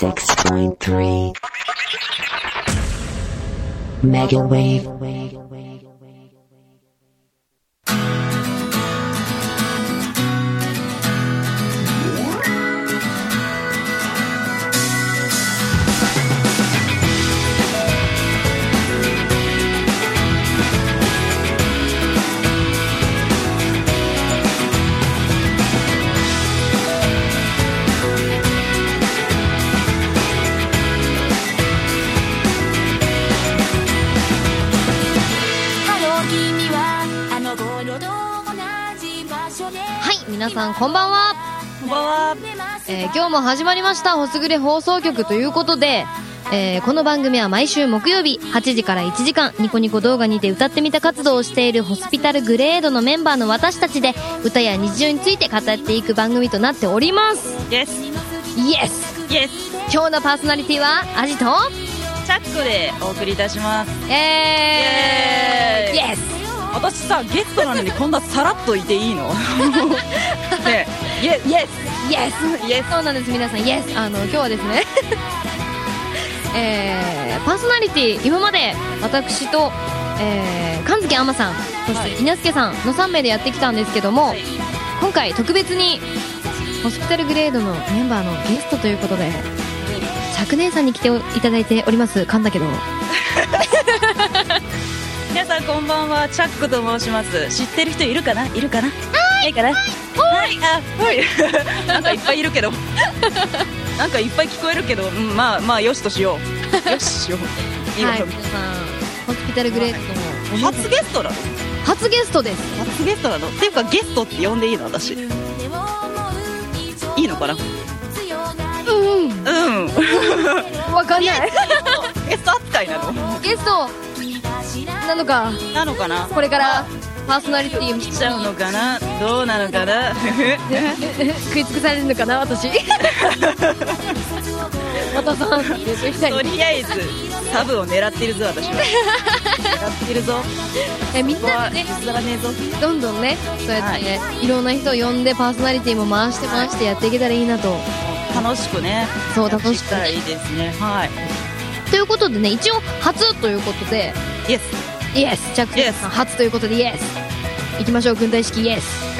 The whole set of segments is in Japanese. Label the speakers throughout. Speaker 1: 76.3 Mega Wave
Speaker 2: ハロー君はあの頃と同じ場所で
Speaker 3: はい、皆さんこんばんは。
Speaker 4: こんばんは。
Speaker 3: えー今日も始まりました、ホスグレ放送局ということで、えーこの番組は毎週木曜日8時から1時間ニコニコ動画にて歌ってみた活動をしているホスピタルグレードのメンバーの私たちで歌や日常について語っていく番組となっております
Speaker 4: イエス。
Speaker 3: イエス
Speaker 4: イエス。
Speaker 3: 今日のパーソナリティはアジト
Speaker 4: チャックでお送りいたします。
Speaker 3: えーイ
Speaker 4: イエーイ
Speaker 3: エス
Speaker 4: 私さ、ゲストなのにこんなさらっといていいの ねえイエ
Speaker 3: イ
Speaker 4: イエス。
Speaker 3: エス
Speaker 4: イエス
Speaker 3: そうなんです皆さんイエスあの今日はですね えー、パーソナリティ今まで私と、えー、神月天さんそし
Speaker 4: はい
Speaker 3: て稲助さんの3名でやってきたんですけども、
Speaker 4: はい
Speaker 3: 今回特別にホスピタルグレードのメンバーのゲストということで昨年さんに来ていただいております神だけど
Speaker 4: 皆さんこんばんは、チャックと申します。知ってる人いるかないるかなはい。いかなはい。あ、はい。 なんかいっぱいいるけど。なんかいっぱい聞こえるけど、うんまあまあ、よしとしよう。 よししよう。いいわ
Speaker 3: はい皆さんホスピタルグレードのお姉さん
Speaker 4: 初ゲストなの
Speaker 3: 初ゲストです
Speaker 4: 初ゲストなのっていうかゲストって呼んでいいの私 いいのかな
Speaker 3: うん
Speaker 4: うん
Speaker 3: わかんない
Speaker 4: ゲスト扱いなの
Speaker 3: ゲストなのか
Speaker 4: なのかな
Speaker 3: これからパーソナリティ
Speaker 4: 来ちゃうのかなどうなのかな
Speaker 3: 食い尽くされるのかな 私またさん
Speaker 4: とりあえずサブを狙ってるぞ私 は狙ってるぞ
Speaker 3: えみん
Speaker 4: ここは
Speaker 3: なでね
Speaker 4: 譲らねえぞ
Speaker 3: どんどんねそうやってね、い、ろんな人を呼んでパーソナリティも回して回してやっていけたらいいなと
Speaker 4: 楽しくね
Speaker 3: そう楽しく
Speaker 4: やっていきたいですねはい
Speaker 3: ということでね一応初ということで
Speaker 4: イエス
Speaker 3: イエス着地
Speaker 4: Yes
Speaker 3: 初ということでイエス行きましょう軍隊式イエス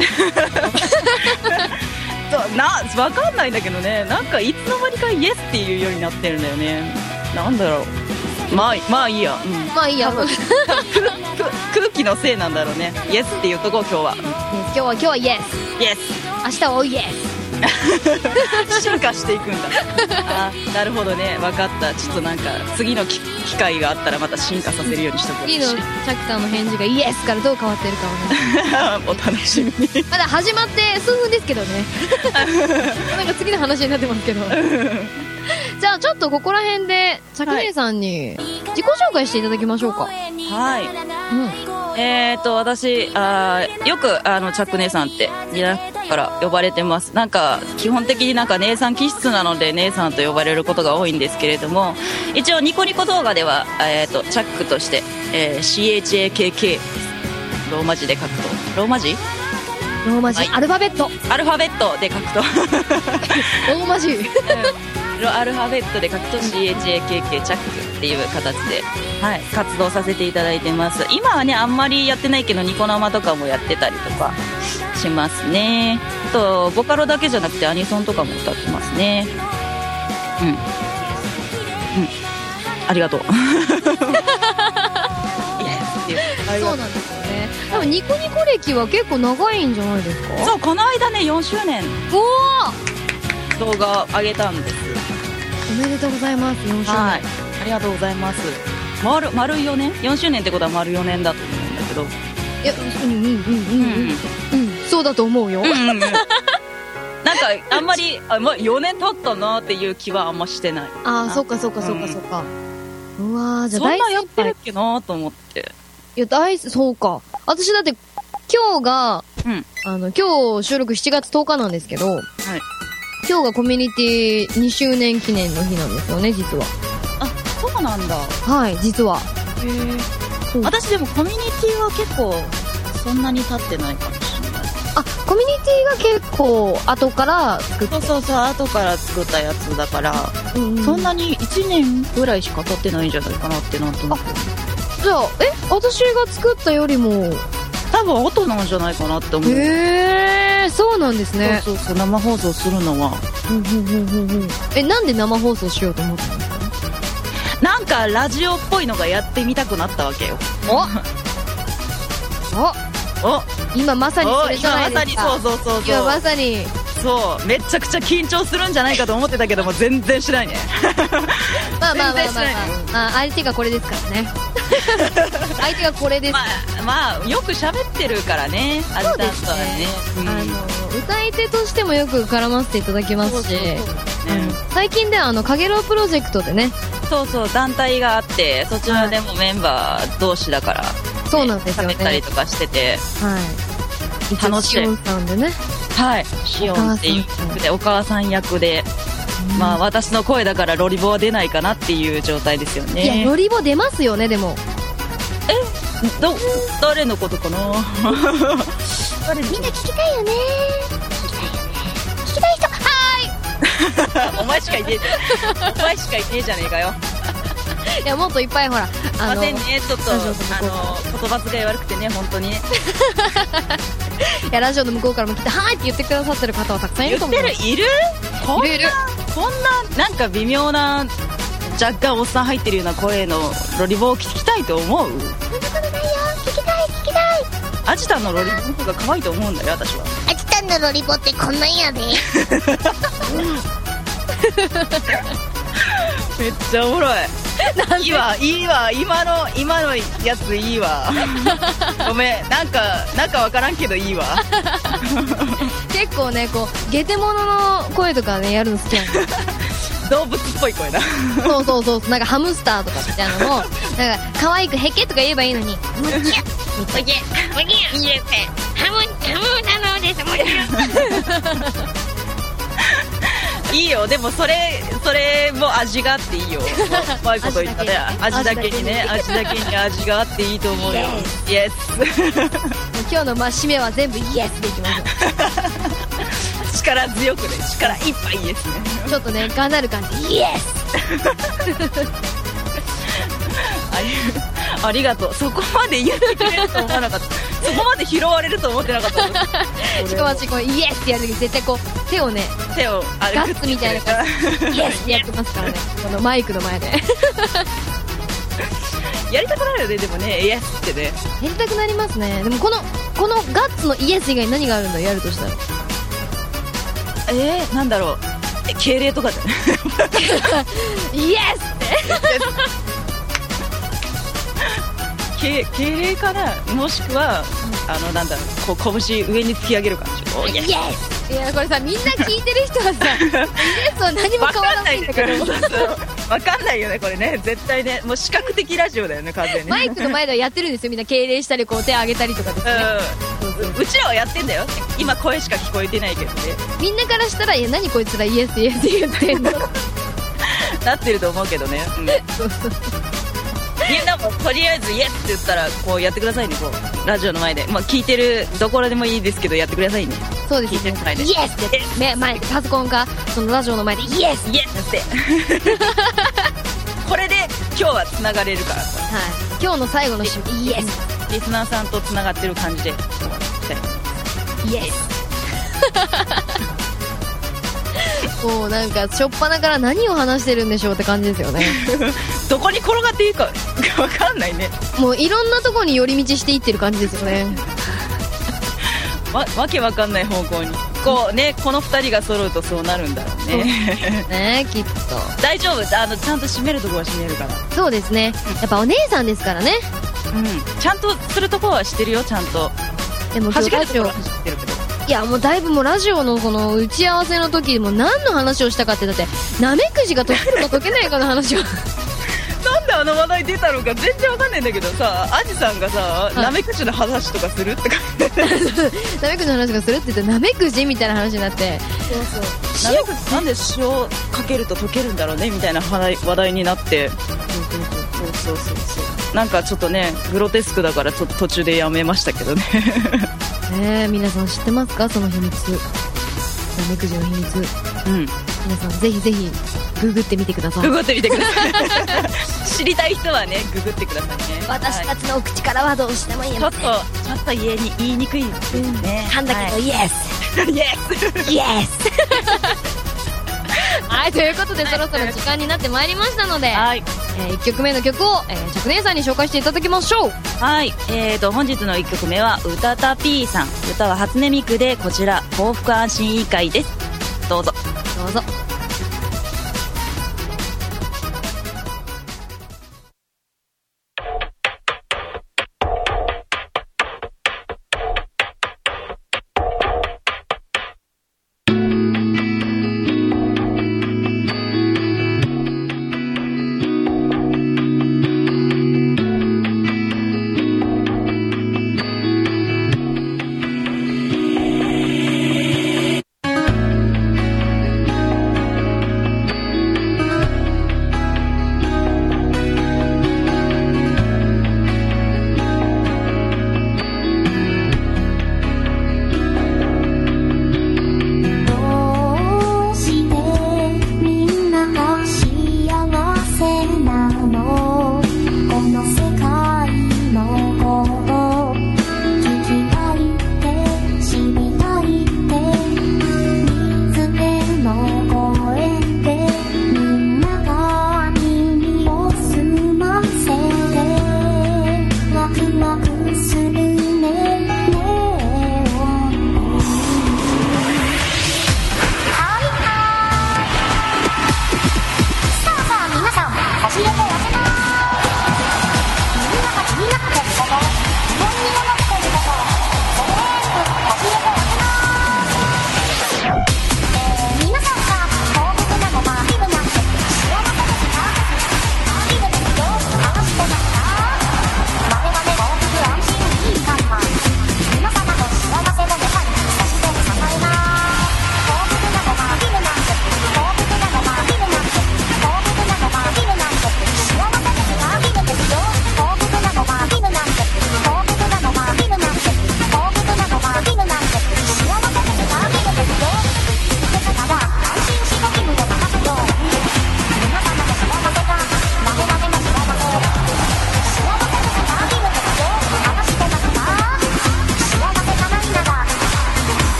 Speaker 4: となわかんないんだけどねなんかいつの間にかイエスっていうようになってるんだよねなんだろうまあまあいいや、うん
Speaker 3: まあいいや
Speaker 4: 多分
Speaker 3: イエス
Speaker 4: く空気のせいなんだろうねイエスって言うとこう今日は
Speaker 3: 今日は今日はイエス
Speaker 4: イエス
Speaker 3: 明日はおイエス
Speaker 4: 進化していくんだ あーなるほどね分かったちょっとなんか次のき機会があったらまた進化させるようにしとく
Speaker 3: 次のチャッカーの返事がイエスからどう変わってるかはね
Speaker 4: お楽しみに
Speaker 3: まだ始まって数分ですけ どねなんか次の話になってますけどじゃあちょっとここら辺で昨年さんに自己紹介していただきましょうか、
Speaker 4: はいえーと私あーよくあのチャック姉さんってリナから呼ばれてますなんか基本的になんか姉さん気質なので姉さんと呼ばれることが多いんですけれども一応ニコニコ動画では、えー、とチャックとして、えー CHAKK ですローマ字で書くとローマ字
Speaker 3: ローマ字、
Speaker 4: はい
Speaker 3: アルファベット
Speaker 4: アルファベットで書くと
Speaker 3: ローマ字
Speaker 4: ロアルファベットで書くと CHAKK チャックっていう形で、はい、活動させていただいてます今はねあんまりやってないけどニコ生とかもやってたりとかしますねあとボカロだけじゃなくてアニソンとかも歌ってますねうんうんありがとう いや
Speaker 3: そうなんですよね多分ニコニコ歴は結構長いんじゃないですか
Speaker 4: そうこの間ね4周年
Speaker 3: お
Speaker 4: 動画上げたんです
Speaker 3: おおめでとうございます4周年、
Speaker 4: はい、ありがとうございます。丸丸4年 ?4 周年ってことは丸4年だと思うんだけど。
Speaker 3: い、やうんうんうんうんうん、うん、そうだと思うよ、
Speaker 4: うん うんうんなんか、あんまり、あまあ、4年経ったなっていう気はあんましてない。
Speaker 3: ああそっかそっかそっかそっか、うわーじゃ
Speaker 4: そ
Speaker 3: あ
Speaker 4: んな
Speaker 3: 大
Speaker 4: やっ
Speaker 3: 先
Speaker 4: てる
Speaker 3: 輩
Speaker 4: っけなと思って。
Speaker 3: いや、大す、そうか。私だって、今日が、
Speaker 4: うん
Speaker 3: あの、今日収録7月10日なんですけど、今日がコミュニティ2周年記念の日なんですよね、実は。
Speaker 4: あ、そうなんだ。
Speaker 3: はい、実は。そう
Speaker 4: 私でもコミュニティは結構、そんなに経ってないかもしれない。
Speaker 3: あ、コミュニティが結構後から作っ
Speaker 4: そうそうそう後から作ったやつだから、
Speaker 3: て、う
Speaker 4: そんなに1年ぐらいしか経ってないんじゃないかなってなんとなく
Speaker 3: じゃあえ私が作ったよりも
Speaker 4: 多分音なんじゃないかなって思う、
Speaker 3: へえそうなんですね
Speaker 4: そうそうそう生放送するのは
Speaker 3: うんうんうんうんうんえなんで生放送しようと思ったの
Speaker 4: なんかラジオっぽいのがやってみたくなったわけよ
Speaker 3: おお
Speaker 4: お
Speaker 3: 今まさにそ
Speaker 4: お
Speaker 3: れじゃな
Speaker 4: 今ま
Speaker 3: いで
Speaker 4: さ
Speaker 3: すか
Speaker 4: にそうそうそう
Speaker 3: 今
Speaker 4: そ
Speaker 3: ま
Speaker 4: う
Speaker 3: さに
Speaker 4: そうめちゃくちゃ緊張するんじゃないかと思ってたけども全然しないね
Speaker 3: まあまあまあ
Speaker 4: 全然し
Speaker 3: ま
Speaker 4: な
Speaker 3: あ
Speaker 4: い
Speaker 3: まあ、あ相手がこれですからね相手がこれです、
Speaker 4: まあまあよく喋ってるからねあれだったらねうん
Speaker 3: あの歌い手としてもよく絡ませていただきますしあの最近ではあの「かげろうプロジェクト」でね
Speaker 4: そうそう団体があってそちらでもメンバー同士だから、
Speaker 3: そうなんですよね
Speaker 4: 喋ったりとかしてて
Speaker 3: はい一応
Speaker 4: 楽しい
Speaker 3: シオンさんでね
Speaker 4: はいシオンっていう役でお母さん役で、まあ私の声だからロリボは出ないかなっていう状態ですよ
Speaker 3: いや
Speaker 4: ね
Speaker 3: よりも出ますよねでも
Speaker 4: ど誰のことかな
Speaker 2: みんな聞きたいよね聞きたいよね聞きたい人はーい
Speaker 4: お前しかいねえじゃんお前しかいねえじゃねえかよ
Speaker 3: いやもっといっぱいほら
Speaker 4: すい
Speaker 3: あ
Speaker 4: ま
Speaker 3: の
Speaker 4: せんねちょっとあ
Speaker 3: ラ
Speaker 4: の
Speaker 3: ジオ
Speaker 4: 言
Speaker 3: と向こう
Speaker 4: 葉遣い悪くてね本当に
Speaker 3: いやラジオの向こうからも来て「はい」って言ってくださってる方はたくさんい
Speaker 4: 言
Speaker 3: ると
Speaker 4: っ
Speaker 3: 思う
Speaker 4: てるいるこんない
Speaker 3: るいる
Speaker 4: こんななんか微妙な若干おっさん入ってるような声のロリボを聞きたいと思う
Speaker 2: そんなことないよ聞きたい聞きたい
Speaker 4: アジタンのロリボの方が可愛いと思うんだよ私は
Speaker 2: あきたんのロリボってこんなんやで
Speaker 4: めっちゃおもろいいいわいいわ今の今のやついいわごめんなんかなんかわからんけどいいわ
Speaker 3: 結構ねこうゲテモノの声とかねやるの好きなんですよ
Speaker 4: 動物っぽい声だ
Speaker 3: そうそうそうなんかハムスターとかみたいなのもなんか可愛く「へけ」とか言えばいいのに
Speaker 4: いいよでもそれそれも味があっていいようまいこと言ったね味
Speaker 3: 味だ
Speaker 4: だ
Speaker 3: け
Speaker 4: け
Speaker 3: に
Speaker 4: にね味だけに味があっていいと思うよイエ
Speaker 3: 今日のまあ締めは全部イエスでいきましょ
Speaker 4: ス力強くね力いっぱいイエスね
Speaker 3: うちょっとねがなる感じイエ
Speaker 4: ありありがとうそこまで言ってくれると思わなかったそこまで拾われると思ってなかった
Speaker 3: スしかも私こうイエスってやる時絶対こう手を ね
Speaker 4: 手をあれ
Speaker 3: ガッツみたいな感
Speaker 4: じ
Speaker 3: イエスってやってますからねこのマイクの前で や
Speaker 4: やりたくなるよねでもねイエスってね
Speaker 3: りたくなりますねでもこのこのガッツのイエス以外に何があるんだやるとしたら
Speaker 4: えー、なんだろうえ敬礼とかじゃない
Speaker 3: イエス
Speaker 4: 敬敬礼かなもしくはあのなんだろうこう拳上に突き上げる感じおーイエス
Speaker 3: いやこれさみんな聞いてる人はさイエスは何も
Speaker 4: わ
Speaker 3: 変 わ
Speaker 4: からんな
Speaker 3: ない いんだ
Speaker 4: か
Speaker 3: け
Speaker 4: ら
Speaker 3: ど
Speaker 4: わかんないよねこれね絶対ねもう視覚的ラジオだよね完全に
Speaker 3: マイクの前ではやってるんですよみんな敬礼したりこう手上げたりとかですね
Speaker 4: うんうちらはやってんだよ今声しか聞こえてないけどね
Speaker 3: みんなからしたら「いや何こいつらイエスイエス」言ってんの
Speaker 4: なってると思うけどね、うん、みん
Speaker 3: そうそう
Speaker 4: なもとりあえず「イエス」って言ったらこうやってくださいねこうラジオの前で、まあ、聞いてるどこらでもいいですけどやってくださいね
Speaker 3: そうで
Speaker 4: 聞い
Speaker 3: す
Speaker 4: て
Speaker 3: ね
Speaker 4: る前で
Speaker 3: イエスって目前でパソコンかそのラジオの前でイエス
Speaker 4: イエスって これで今日はつながれるからさ
Speaker 3: はい今日の最後の締めイエス
Speaker 4: リスナーさんとつながってる感じでこうしたい
Speaker 3: イエスもうなんか初っ端から何を話してるんでしょうって感じです よね
Speaker 4: どこに転がっていいかわかんないね
Speaker 3: もういろんなとこに寄り道していってる感じですよね
Speaker 4: わわけわかんない方向にこうねこの2人が揃うとそうなるんだろうね
Speaker 3: ねきっと
Speaker 4: 大丈夫あのちゃんと締めるとこは締めるから
Speaker 3: そうですねやっぱお姉さんですからね
Speaker 4: うんちゃんとするとこはしてるよちゃんと
Speaker 3: でも今
Speaker 4: 弾
Speaker 3: 日
Speaker 4: け
Speaker 3: ラ
Speaker 4: ると
Speaker 3: ジオ
Speaker 4: ころは弾けてるけど
Speaker 3: いやもうだいぶもうラジオのこの打ち合わせの時も何の話をしたかってだってなめくじが解けるか解けないかの話を
Speaker 4: なんであの話題出たのか全然わかんないんだけどさアジさんがさ
Speaker 3: い
Speaker 4: なめくじの話とかするって書いてある
Speaker 3: なめくじの話がするって言ってなめくじみたいな話になって
Speaker 4: なめくじなんで塩かけると溶けるんだろうねみたいな話題話題になってそうそうそうそうなんかちょっとねグロテスクだからちょっと途中でやめましたけどね
Speaker 3: ねえ皆さん知ってますかその秘密おみくじの秘密
Speaker 4: うん
Speaker 3: 皆さんぜひぜひググってみてください
Speaker 4: ググってみてくださ い知りたい人はねググってくださいね
Speaker 3: 私
Speaker 4: は
Speaker 3: たちのお口からはどうしても言
Speaker 4: い
Speaker 3: え
Speaker 4: ちょっ
Speaker 3: ま
Speaker 4: と
Speaker 3: せん
Speaker 4: ちょっと家に言いにくいですね
Speaker 3: 噛んだけど、
Speaker 4: はい
Speaker 3: イエス
Speaker 4: イエ
Speaker 3: イエスはいということでそろそろ時間になってまいりましたので、
Speaker 4: スはい
Speaker 3: え1曲目の曲を、えー、着年さんに紹介していただきましょう
Speaker 4: はい、えー、と本日の1曲目は「うたた P さん」歌は初音ミクでこちら幸福安心委員会ですどうぞ
Speaker 3: どうぞ
Speaker 5: 「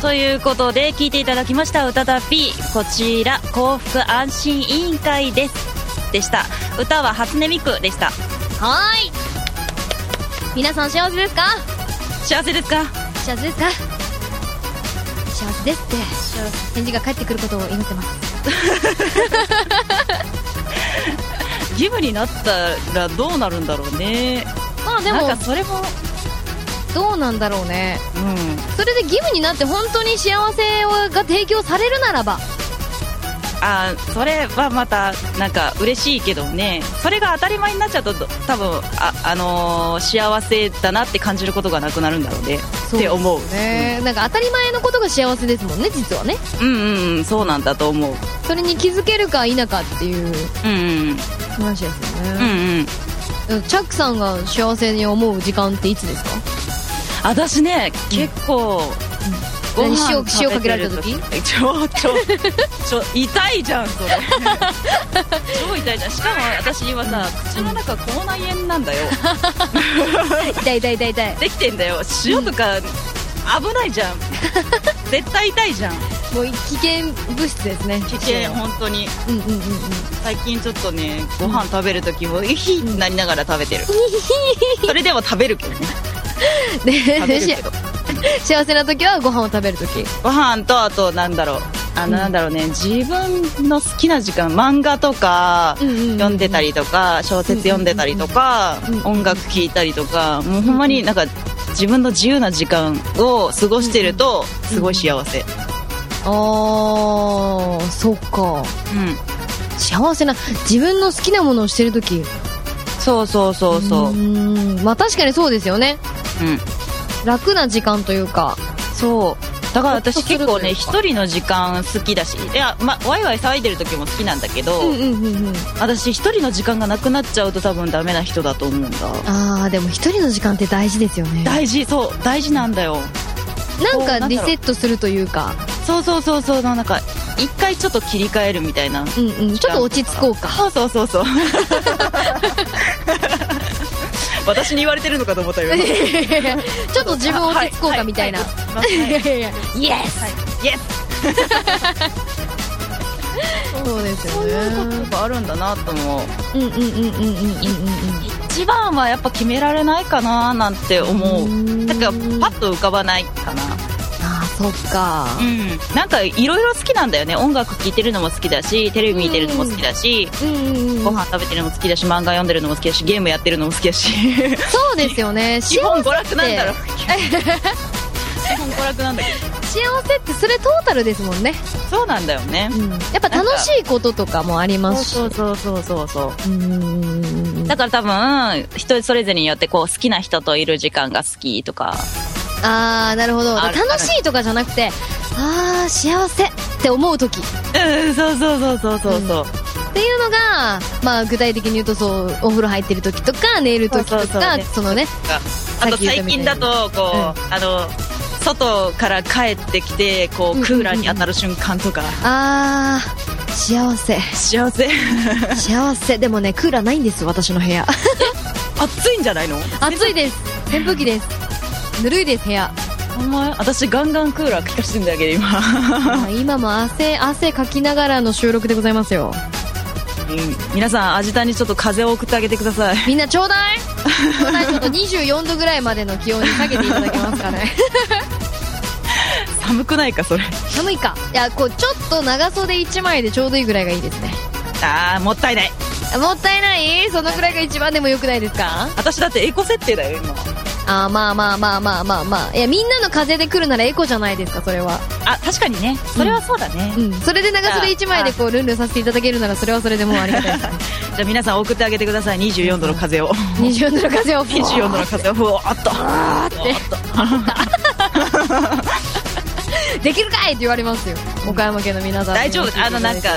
Speaker 4: ということで聞いていただきました「うたたぴ」こちら幸福安心委員会ですでした歌は初音ミクでした
Speaker 3: はーい皆さん幸せですか
Speaker 4: 幸せですか
Speaker 3: 幸せですか幸せですって返事が返ってくることを祈ってます
Speaker 4: 義務になったらどうなるんだろうね
Speaker 3: まあでも
Speaker 4: なんかそれも
Speaker 3: どうなんだろうね
Speaker 4: うん
Speaker 3: それで義務になって本当に幸せをが提供されるならば
Speaker 4: あーそれはまたなんか嬉しいけどねそれが当たり前になっちゃうとど多分あ、あのー幸せだなって感じることがなくなるんだろうねって思う
Speaker 3: ね、なんか当たり前のことが幸せですもんね実はね
Speaker 4: うんうんうんそうなんだと思う
Speaker 3: それに気づけるか否かっていう
Speaker 4: うんうん
Speaker 3: 話ですよ
Speaker 4: うんう
Speaker 3: ね、
Speaker 4: ん
Speaker 3: チャックさんが幸せに思う時間っていつですか
Speaker 4: 私ね結構、ご飯
Speaker 3: 何塩塩
Speaker 4: 食べてる
Speaker 3: かけられた時
Speaker 4: ちょちょちょ痛いじゃ んそれ超痛いじゃんしかも私今さ口の中口内炎なんだよ
Speaker 3: 痛い痛い痛い痛い
Speaker 4: できてんだよ塩とか危ないじゃ ん絶対痛いじゃん
Speaker 3: もう危険物質ですね危
Speaker 4: 危険本当に
Speaker 3: うんうんうんうん
Speaker 4: 最近ちょっとねご飯食べる時もイヒッなりながら食べ てるそれでも食べるけどね食べるけ
Speaker 3: で
Speaker 4: ど
Speaker 3: 幸せな時はご飯を食べる時
Speaker 4: ご飯とあとなんだろうあのなんだろうね、自分の好きな時間漫画とか
Speaker 3: うんうんうんうん
Speaker 4: 読んでたりとか小説読んでたりとか
Speaker 3: うんうんうん
Speaker 4: 音楽聴いたりとかもうほんまになんか自分の自由な時間を過ごしてるとすごい幸せ
Speaker 3: あーそっか
Speaker 4: うん
Speaker 3: 幸せな自分の好きなものをしてる時
Speaker 4: そうそうそうそう
Speaker 3: うーんまあ確かにそうですよね
Speaker 4: うん
Speaker 3: 楽な時間というか
Speaker 4: そうだから
Speaker 3: ほっ
Speaker 4: 私
Speaker 3: とする
Speaker 4: 結
Speaker 3: という
Speaker 4: 構
Speaker 3: か
Speaker 4: ね一人の時間好きだしいや、ま、ワイワイ騒いでる時も好きなんだけど、
Speaker 3: うんうんうんうん
Speaker 4: 私一人の時間がなくなっちゃうと多分ダメな人だと思うんだ
Speaker 3: あーでも一人の時間って大事ですよね
Speaker 4: 大事そう大事なんだよ
Speaker 3: な
Speaker 4: こうなんん
Speaker 3: か
Speaker 4: だろう
Speaker 3: リセットするというか
Speaker 4: そうそうそうそうなんか一回ちょっと切り替えるみたいな
Speaker 3: うんうんちょっと落ち着こう か
Speaker 4: そうそうそうそう私に言われてるのかと思ったよイ
Speaker 3: ちょっと自分を落ち着こうかみたいな。
Speaker 4: はい
Speaker 3: い やいやいやイエス
Speaker 4: エス
Speaker 3: そうです
Speaker 4: そういうことがあるんだなと思
Speaker 3: う
Speaker 4: う
Speaker 3: んうんうんうんうんうんうん
Speaker 4: 一番はやっぱ決められないかななんて思
Speaker 3: うーん
Speaker 4: うだからパッと浮かばないかな
Speaker 3: ああ、そっか。
Speaker 4: うんなんかいろいろ好きなんだよね音楽聴いてるのも好きだしテレビ見てるのも好きだし、
Speaker 3: うんうんうん
Speaker 4: ご飯食べてるのも好きだし漫画読んでるのも好きだしゲームやってるのも好きだ し
Speaker 3: そうですよね。
Speaker 4: 基
Speaker 3: 幸
Speaker 4: 本娯楽なん だろう基本娯楽なんだけど
Speaker 3: 幸せってそれトータルですもんね。
Speaker 4: そうなんだよね
Speaker 3: うん。やっぱ楽しいこととかもありますし。
Speaker 4: そうそうそうそうそう
Speaker 3: うんうんうんうん
Speaker 4: だから多分人それぞれによってこう好きな人といる時間が好きとか
Speaker 3: ああ、なるほど。
Speaker 4: ある
Speaker 3: 楽しいとかじゃなくて、ああ、幸せって思う時っ
Speaker 4: うんそうそうそうそうそうそう、
Speaker 3: ていうのが、まあ具体的に言うとそう、お風呂入ってる時とか、寝る時と
Speaker 4: そうそうそう
Speaker 3: か、
Speaker 4: ね
Speaker 3: そのね、
Speaker 4: あと最近だとこう、あの外から帰ってきてこ
Speaker 3: うん
Speaker 4: うクーラーに当たる瞬間とか、
Speaker 3: あー幸 せ
Speaker 4: 幸せ
Speaker 3: 幸せでもねクーラーないんです私の部 屋
Speaker 4: 暑いんじゃないの
Speaker 3: 暑いです扇風機ですぬるいです部 屋
Speaker 4: お前私ガンガンクーラー効かしてんだけど今、
Speaker 3: まあ今も汗汗かきながらの収録でございますよ
Speaker 4: うん、皆さんアジタにちょっと風を送ってあげてください
Speaker 3: みんなちょうだいちょうだいちょっと24度ぐらいまでの気温に下げていただけますかね
Speaker 4: 寒くないかそれ
Speaker 3: 寒いかいやこうちょっと長袖1枚でちょうどいいぐらいがいいですね
Speaker 4: あーもったいない
Speaker 3: もったいないそのぐらいが一番でもよくないですか
Speaker 4: 私だってエコ設定だよ今
Speaker 3: あーまあまあまあまあまあまあいやみんなの風で来るならエコじゃないですかそれは
Speaker 4: あ確かにねそれはそうだね、
Speaker 3: うん、それで長袖1枚でこうルンルンさせていただけるならそれはそれでもうありが たいですね
Speaker 4: じゃあ皆さん送ってあげてください24度の風を
Speaker 3: 24度の風を
Speaker 4: 24度の風をふわっとあーって
Speaker 3: できるかいって言われますよ岡山県の皆さん
Speaker 4: 大丈夫あのなんか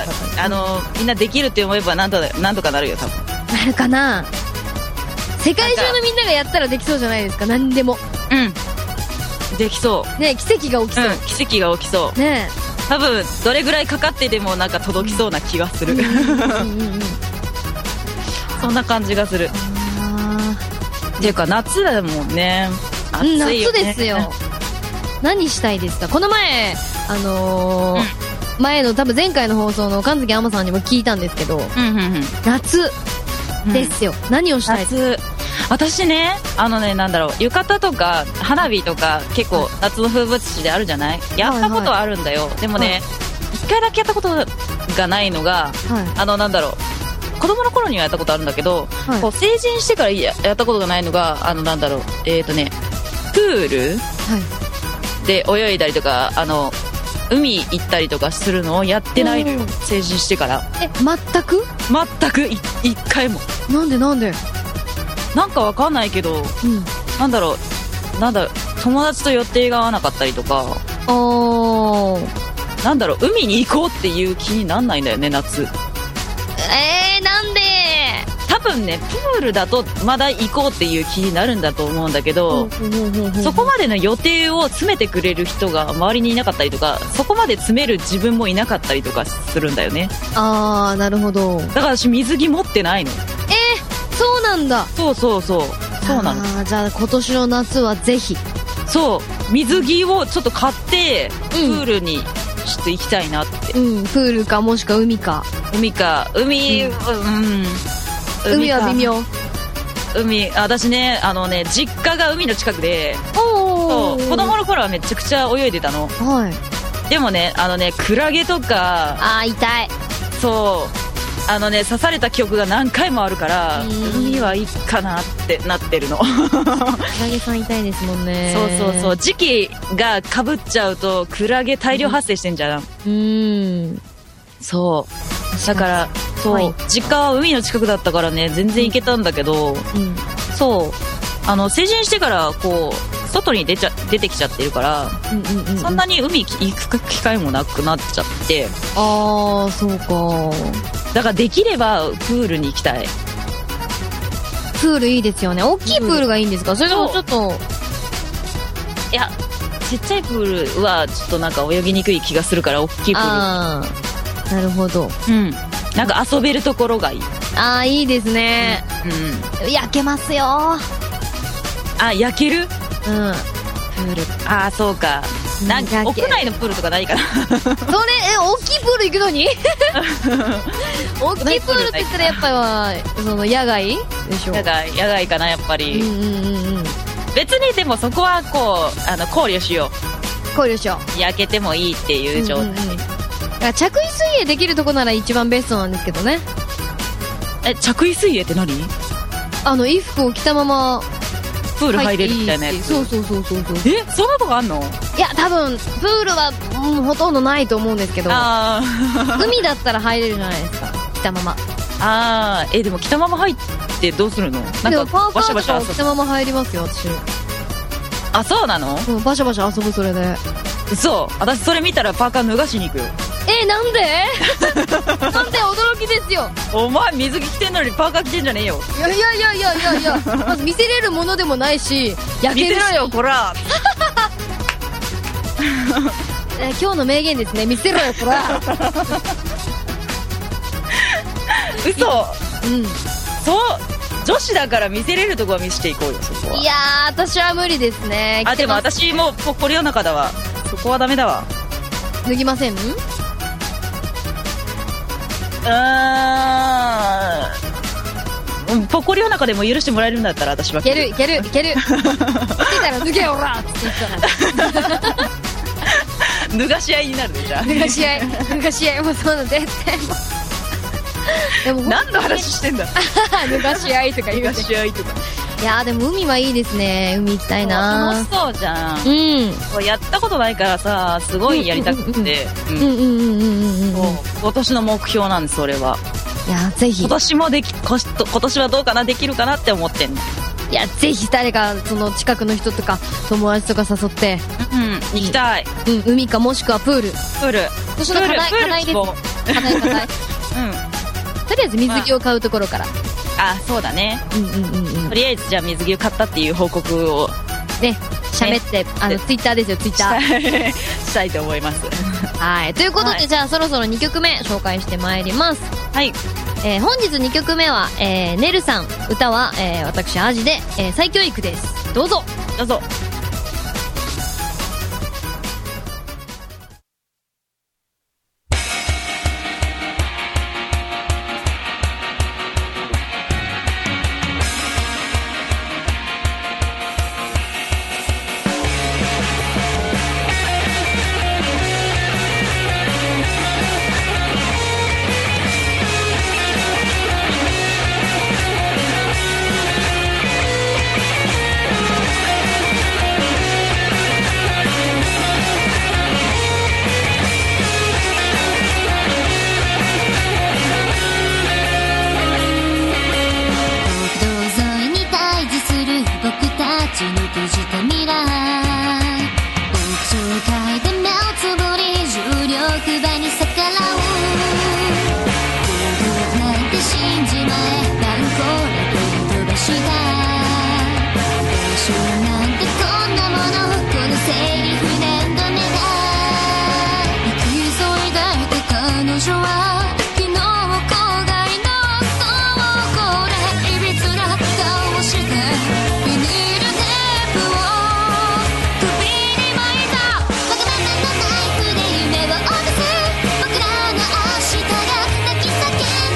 Speaker 4: あのみんなできるって思えばなんとだなんとかなるよ多分
Speaker 3: なるかな世界中のみんながやったらできそうじゃないですか何でも
Speaker 4: うんできそう
Speaker 3: ねえ奇跡が起きそう、
Speaker 4: うん奇跡が起きそう
Speaker 3: ね
Speaker 4: 多分どれぐらいかかってでもなんか届きそうな気がする
Speaker 3: え、うん うんうん、
Speaker 4: そんな感じがする
Speaker 3: あ
Speaker 4: っていうか夏だもんね
Speaker 3: ーうん
Speaker 4: 暑いよ、
Speaker 3: 夏
Speaker 4: ね、
Speaker 3: ですよ何したいですかこの前、あのー前の多分前回の放送の神月あまさんにも聞いたんですけど、
Speaker 4: うんうんうん
Speaker 3: 夏ですよ。何をしたいですか
Speaker 4: 夏私ねあのねなんだろう浴衣とか花火とか結構夏の風物詩であるじゃないやったことはあるんだよ、でもね一、回だけやったことがないのが
Speaker 3: はい
Speaker 4: あのなんだろう子供の頃にはやったことあるんだけど、
Speaker 3: はい
Speaker 4: こう成人してからややったことがないのがあのなんだろうえっ、とねプール
Speaker 3: はい。
Speaker 4: で泳いだりとかあの海行ったりとかするのをやってないの
Speaker 3: う
Speaker 4: よ
Speaker 3: ん
Speaker 4: 成人してから
Speaker 3: え、全く
Speaker 4: 全くい一回も
Speaker 3: なんでなんで
Speaker 4: なんかわかんないけど
Speaker 3: うん。
Speaker 4: なんだろう、なんだろう、友達と予定が合わなかったりとか、
Speaker 3: おー。
Speaker 4: なんだろう、海に行こうっていう気になんないんだよね、夏。
Speaker 3: えー、なんで
Speaker 4: 多分ね、プールだとまだ行こうっていう気になるんだと思うんだけど、そこまでの予定を詰めてくれる人が周りにいなかったりとか、そこまで詰める自分もいなかったりとかするんだよね。
Speaker 3: あー、なるほど。
Speaker 4: だから私水着持ってないの。
Speaker 3: そうなんだ。
Speaker 4: そうそうそう。そうなの。
Speaker 3: あーじゃあ今年の夏はぜひ。
Speaker 4: そう。水着をちょっと買って、プ
Speaker 3: うん
Speaker 4: ールにちょっと行きたいなって。
Speaker 3: うん、プールかもしくは海か。
Speaker 4: 海か海うん、
Speaker 3: 海は
Speaker 4: か
Speaker 3: 微妙。
Speaker 4: 海私ねあのね実家が海の近くで
Speaker 3: お
Speaker 4: そう
Speaker 3: ー。
Speaker 4: 子供の頃はめちゃくちゃ泳いでたの
Speaker 3: はい。
Speaker 4: でもねあのねクラゲとか
Speaker 3: あー、痛い。
Speaker 4: そうあのね刺された記憶が何回もあるから
Speaker 3: うん
Speaker 4: 海はいいかなってなってるの
Speaker 3: クラゲさん痛いですもんね。。
Speaker 4: そうそうそうう時期がかぶっちゃうとクラゲ大量発生してんじゃん
Speaker 3: うーん。
Speaker 4: そうだから
Speaker 3: は
Speaker 4: そ
Speaker 3: いう
Speaker 4: 実家は海の近くだったからね全然行けたんだけど、
Speaker 3: うん。
Speaker 4: そうあの成人してからこう外に出ちゃ出てきちゃってるから、
Speaker 3: うんうんうん。
Speaker 4: そんなに海行く機会もなくなっちゃって
Speaker 3: あー、そうか。
Speaker 4: だからできればプールに行きたい
Speaker 3: プールいいですよね。大きいプールがいいんですか、それともちょっと、
Speaker 4: いやちっちゃいプールはちょっとなんか泳ぎにくい気がするから大きいプー
Speaker 3: あー。なるほど。
Speaker 4: ルうんなんか遊べるところがいい、うん、
Speaker 3: あー、いいですね。焼けますよ
Speaker 4: あ焼ける
Speaker 3: うん。
Speaker 4: プールああそうかなんか
Speaker 3: うん焼け
Speaker 4: 屋内のプールとかないかな
Speaker 3: それ、え、大きいプール行くの に大きいプールって言ったらやっぱり、その、野外でしょ。
Speaker 4: 野外野外かなやっぱ
Speaker 3: う
Speaker 4: り、
Speaker 3: んうんうんうん。
Speaker 4: 別にでもそこはこうあの考慮しよ
Speaker 3: こうでしょ。
Speaker 4: う焼けてもいいっていう状態、
Speaker 3: うんうんうんだから着衣水泳できるとこなら一番ベストなんですけどね。
Speaker 4: え着衣水泳って何
Speaker 3: あの、衣服を着たまま
Speaker 4: プール入
Speaker 3: って
Speaker 4: れる
Speaker 3: いい
Speaker 4: みたいなや
Speaker 3: し
Speaker 4: つ
Speaker 3: そうそうそうそうそう。
Speaker 4: えそんなとこあんの
Speaker 3: いや、多分、プールは、うんほとんどないと思うんですけど、
Speaker 4: あー
Speaker 3: 海だったら入れるじゃないですか。着たまま。
Speaker 4: あーえでも着たまま入ってどうするのな
Speaker 3: でも
Speaker 4: ん
Speaker 3: パ
Speaker 4: か
Speaker 3: ーカ
Speaker 4: バシ
Speaker 3: ーと
Speaker 4: ャ
Speaker 3: か
Speaker 4: バシャ遊
Speaker 3: を
Speaker 4: ぶ
Speaker 3: 着たまま入りますよ、私。
Speaker 4: あそうなの
Speaker 3: うん、バシャバシャ遊ぶそれで。
Speaker 4: 嘘私それ見たらパーカー脱がしに行くよ
Speaker 3: え、なんで なんで驚きですよ。
Speaker 4: お前水着着てんのにパーカー着てんじゃねえよ
Speaker 3: いやいやいやいやいやいや、まず見せれるものでもないし、焼
Speaker 4: 見
Speaker 3: け
Speaker 4: せ
Speaker 3: るし
Speaker 4: ろよこら
Speaker 3: えー今日の名言ですね、見せろよ、これ。
Speaker 4: 嘘
Speaker 3: うん。
Speaker 4: そう女子だから見せれるとこは見せていこうよそこはい
Speaker 3: やー、私は無理ですね。
Speaker 4: あでも
Speaker 3: 着てます
Speaker 4: 私もポッコリお腹だわそこはダメだわ
Speaker 3: 脱ぎませんん
Speaker 4: うーんうんポッコリお腹でも許してもらえるんだったら私はい
Speaker 3: けるいけるいける。着てたら脱げよ、おらって言った
Speaker 4: 脱がし合いになるでじゃあ
Speaker 3: ら。脱がし合い、脱がし合い、もうそうなの、絶対もう。でも、
Speaker 4: 何の話してんだ
Speaker 3: 脱がし合いとか言うて。
Speaker 4: 合いとか
Speaker 3: いやー、でも海はいいですね。海行きたいな
Speaker 4: 楽しそうじゃん
Speaker 3: う、ん。
Speaker 4: こうやったことないからさすごいやりたくてうん
Speaker 3: うんうんうんうんうんうん。い
Speaker 4: そう今年の目標なんですそれは
Speaker 3: やー、ぜひ
Speaker 4: 今。年もできこし今年はどうかなできるかなって思ってんの
Speaker 3: いや、ぜひ誰か、その近くの人とか、友達とか誘って、
Speaker 4: うん行きたいプ
Speaker 3: うん、海かもしくはプール。
Speaker 4: ール
Speaker 3: 今年
Speaker 4: プ
Speaker 3: の課
Speaker 4: ール
Speaker 3: 題、課
Speaker 4: プー
Speaker 3: 題で
Speaker 4: ル希
Speaker 3: す。
Speaker 4: 望
Speaker 3: 課題課 題。
Speaker 4: うん
Speaker 3: とりあえず水着を買うところから。
Speaker 4: あそうだね
Speaker 3: うんうんうんうん
Speaker 4: と。りあえずじゃあ水着を買ったっていう報告を
Speaker 3: ね、喋って、あの、ツイッターですよ、ツイッ
Speaker 4: し
Speaker 3: タ
Speaker 4: た
Speaker 3: ー。
Speaker 4: い したいと思 います
Speaker 3: はい。ということで、
Speaker 4: はい
Speaker 3: じゃあそろそろ2曲目紹介してまいります。
Speaker 4: はい
Speaker 3: えー本日2曲目は、えー、ねるさん、歌は、えー、私、アジで、えー、再教育です。どうぞ。
Speaker 4: どうぞ
Speaker 2: 最初は昨日も郊外の倉庫でいびつな顔をしてビニールテープを首に巻いたバカバカなナイフで夢を落とす僕らの明日が泣き叫ん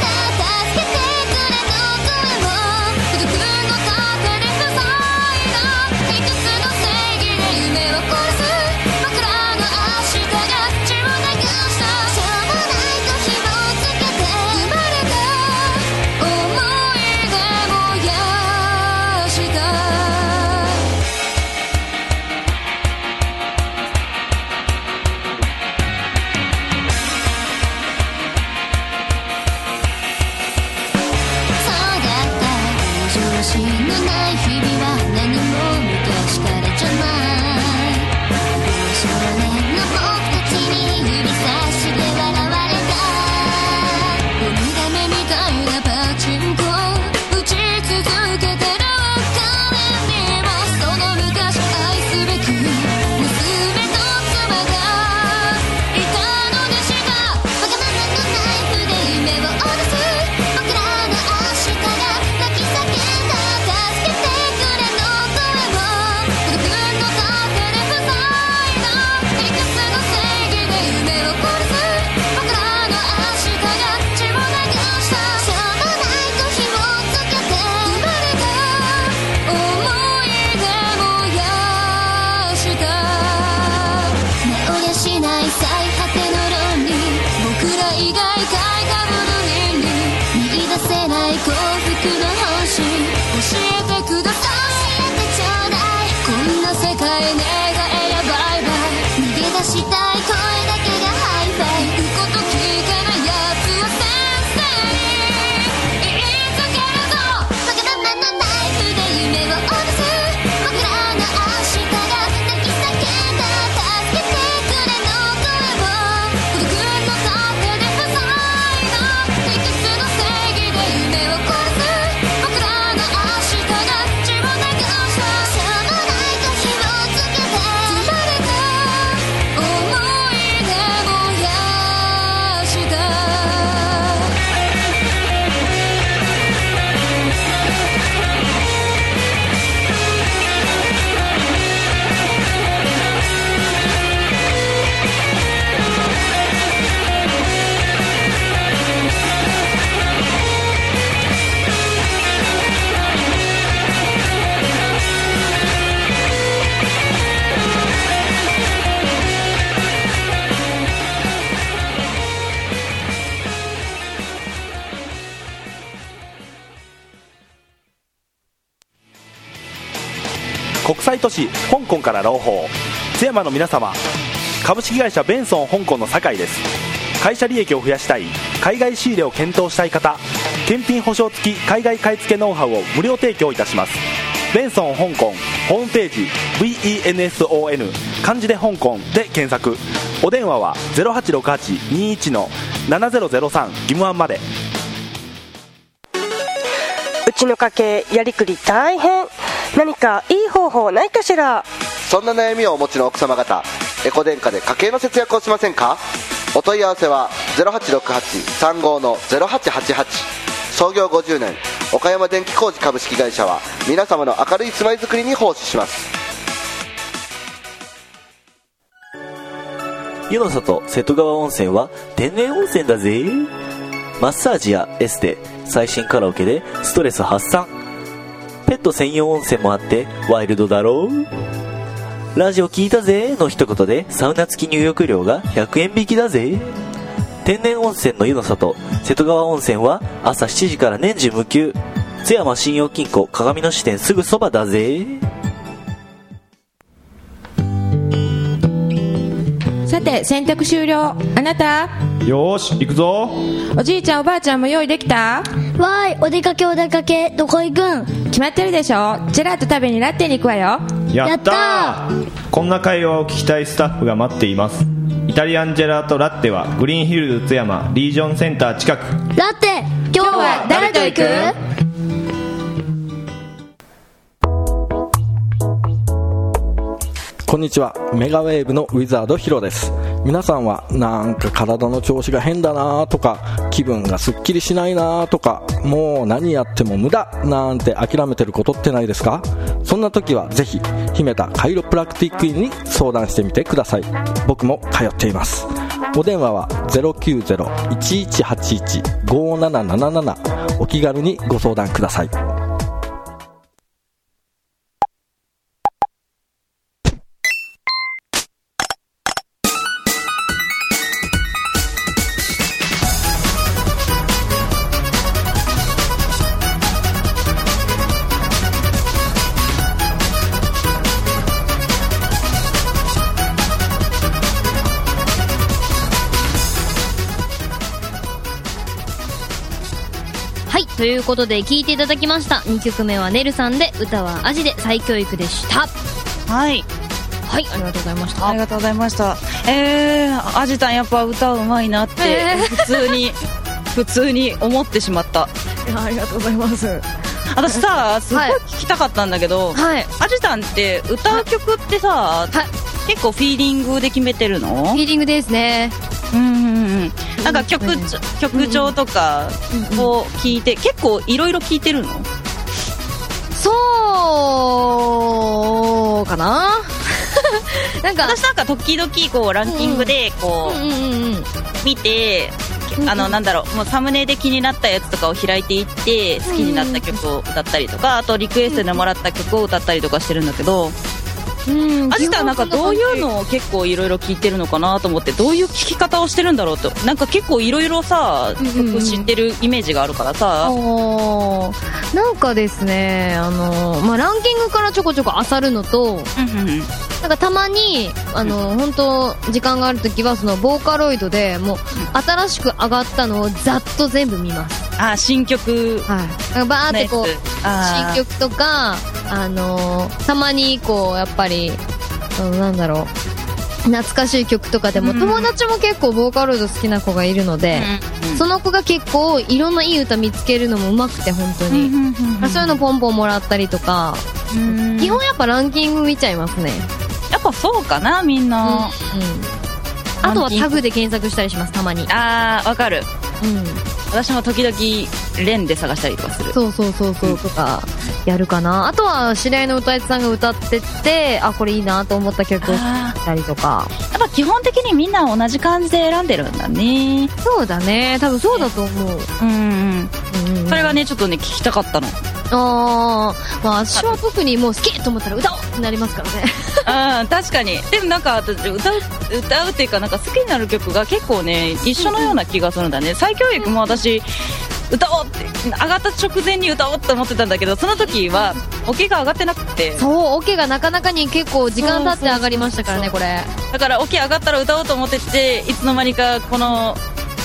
Speaker 2: だ助けてくれの声を孤独の糧に不在のいくつの正義で夢を殺す僕らの明日が血を流したしょうがないと紐付けて生まれた思い出燃やしたそうだった常識のない日々は何も昔からじゃない少年の僕たちに指さして笑われたウミガメみたいなパチンコ打ち続けてる彼にはその昔愛すべき娘の妻がいたのでしたわがままなナイフで夢を落とす僕らの明日が泣き叫んだ助けてくれの声を孤独の糧で不在のいくつの正義で夢を殺す僕らの明日が血を流したしょうがないと紐付けて生まれた思い出燃やした根折れしない最果ての論理僕ら以外買いかぶる倫理見出せない幸福の本心教えてください教えてちょうだいこんな世界願えやバイバイ逃げ出したい声だけがハイファイ言うこと聞かないやつは先生に言いつけるぞバカだななナイフで夢を落とす僕らの明日が泣き叫んだ助けてくれの声を孤独の糧で不在の理屈の正義で夢を殺す僕らの明日が血を流したしょうもないと火をつけて積まれた思い出燃やした
Speaker 5: 国際都市香港から朗報津山の皆様株式会社ベンソン香港の酒井です会社利益を増やしたい海外仕入れを検討したい方検品保証付き海外買い付けノウハウを無料提供いたしますベンソン香港ホームページ VENSON 漢字で香港で検索お電話は086821の7003義務案まで
Speaker 6: うちの家計やりくり大変何かいい方法ないかしら
Speaker 7: そんな悩みをお持ちの奥様方エコ電化で家計の節約をしませんかお問い合わせは0868-35-0888創業50年岡山電気工事株式会社は皆様の明るい住まいづくりに奉仕します
Speaker 8: 湯の里瀬戸川温泉は天然温泉だぜマッサージやエステ最新カラオケでストレス発散ペット専用温泉もあってワイルドだろうラジオ聞いたぜの一言でサウナ付き入浴料が100円引きだぜ天然温泉の湯の里瀬戸川温泉は朝7時から年中無休津山信用金庫鏡の支店すぐそばだぜ
Speaker 9: さて洗濯終了あなた
Speaker 10: よーし行くぞ
Speaker 9: おじいちゃんおばあちゃんも用意できた
Speaker 11: わーいお出かけお出かけどこ行くん
Speaker 9: 決まってるでしょジェラート食べにラッテに行くわよ
Speaker 10: やったーこんな会話を聞きたいスタッフが待っていますイタリアンジェラートラッテはグリーンヒルズ津山リージョンセンター近く
Speaker 11: だって今日は誰と行く
Speaker 12: こんにちはメガウェーブのウィザードヒロです皆さんはなんか体の調子が変だなとか気分がすっきりしないなとかもう何やっても無駄なんて諦めてることってないですかそんな時はぜひ姫田カイロプラクティック院に相談してみてください僕も通っていますお電話は090-1181-5777お気軽にご相談ください
Speaker 3: はい、ということで聴いていただきました2曲目はねるさんで歌はアジで再教育でした
Speaker 4: はい
Speaker 3: はいありがとうございました
Speaker 4: ありがとうございましたえー、アジタンやっぱ歌うまいなって
Speaker 3: えー
Speaker 4: 普通 に、普通に思ってしまった
Speaker 3: ありがとうございます
Speaker 4: 私さすごい聞きたかったんだけど、アジタンって歌う曲ってさ、結構フィーリングで決めてるの
Speaker 3: フィーリングですね
Speaker 4: うんうんうんなんか曲調曲調とかを聞いて、結構いろいろ聞いてるの
Speaker 3: そうかな なんか
Speaker 4: 私なんか時々こうランキングでこう、見てあのなんだろうもうサムネで気になったやつとかを開いていって好きになった曲を歌ったりとかあとリクエストでもらった曲を歌ったりとかしてるんだけど
Speaker 3: うん
Speaker 4: アジタはなんかどういうのを結構いろいろ聞いてるのかなと思ってどういう聴き方をしてるんだろうとなんか結構いろいろさ曲知ってるイメージがあるからさ、
Speaker 3: おーなんかですねあの、まあ、ランキングからちょこちょこ漁るのとなんかたまにあの本当時間がある時はそのボーカロイドでもう新しく上がったのをざっと全部見ます
Speaker 4: あ新曲
Speaker 3: はいなんかバーってこう
Speaker 4: のやつあー
Speaker 3: 新曲とかあのたまにこうやっぱりあのなんだろう懐かしい曲とかでも、友達も結構ボーカロイド好きな子がいるので、その子が結構いろんないい歌見つけるのもうまくて本当に、まあ、そういうのポンポンもらったりとか、基本やっぱランキング見ちゃいますね
Speaker 4: やっぱそうかなみんな、
Speaker 3: あとはタグで検索したりしますたまに
Speaker 4: あーわかる、
Speaker 3: うん、
Speaker 4: 私も時々連で探したりとかする
Speaker 3: そうそうそうそうとかやるかなあとは知り合いの歌い手さんが歌っててあこれいいなと思った曲を聴いたりとか
Speaker 4: やっぱ基本的にみんな同じ感じで選んでるんだね
Speaker 3: そうだね多分そうだと思う
Speaker 4: うんうんそれがねちょっとね聞きたかったの
Speaker 3: あーまあ私は特にもう好きと思ったら歌おうってなりますから ね
Speaker 4: うん確かにでもなんか私歌う歌うっていうかなんか好きになる曲が結構ね一緒のような気がするんだね再教育も私歌おうって上がった直前に歌おうって思ってたんだけどその時はオケが上がってなくて
Speaker 3: そうオケがなかなかに結構時間経って上がりましたからねこれ
Speaker 4: だからオケ上がったら歌おうと思ってていつの間にかこの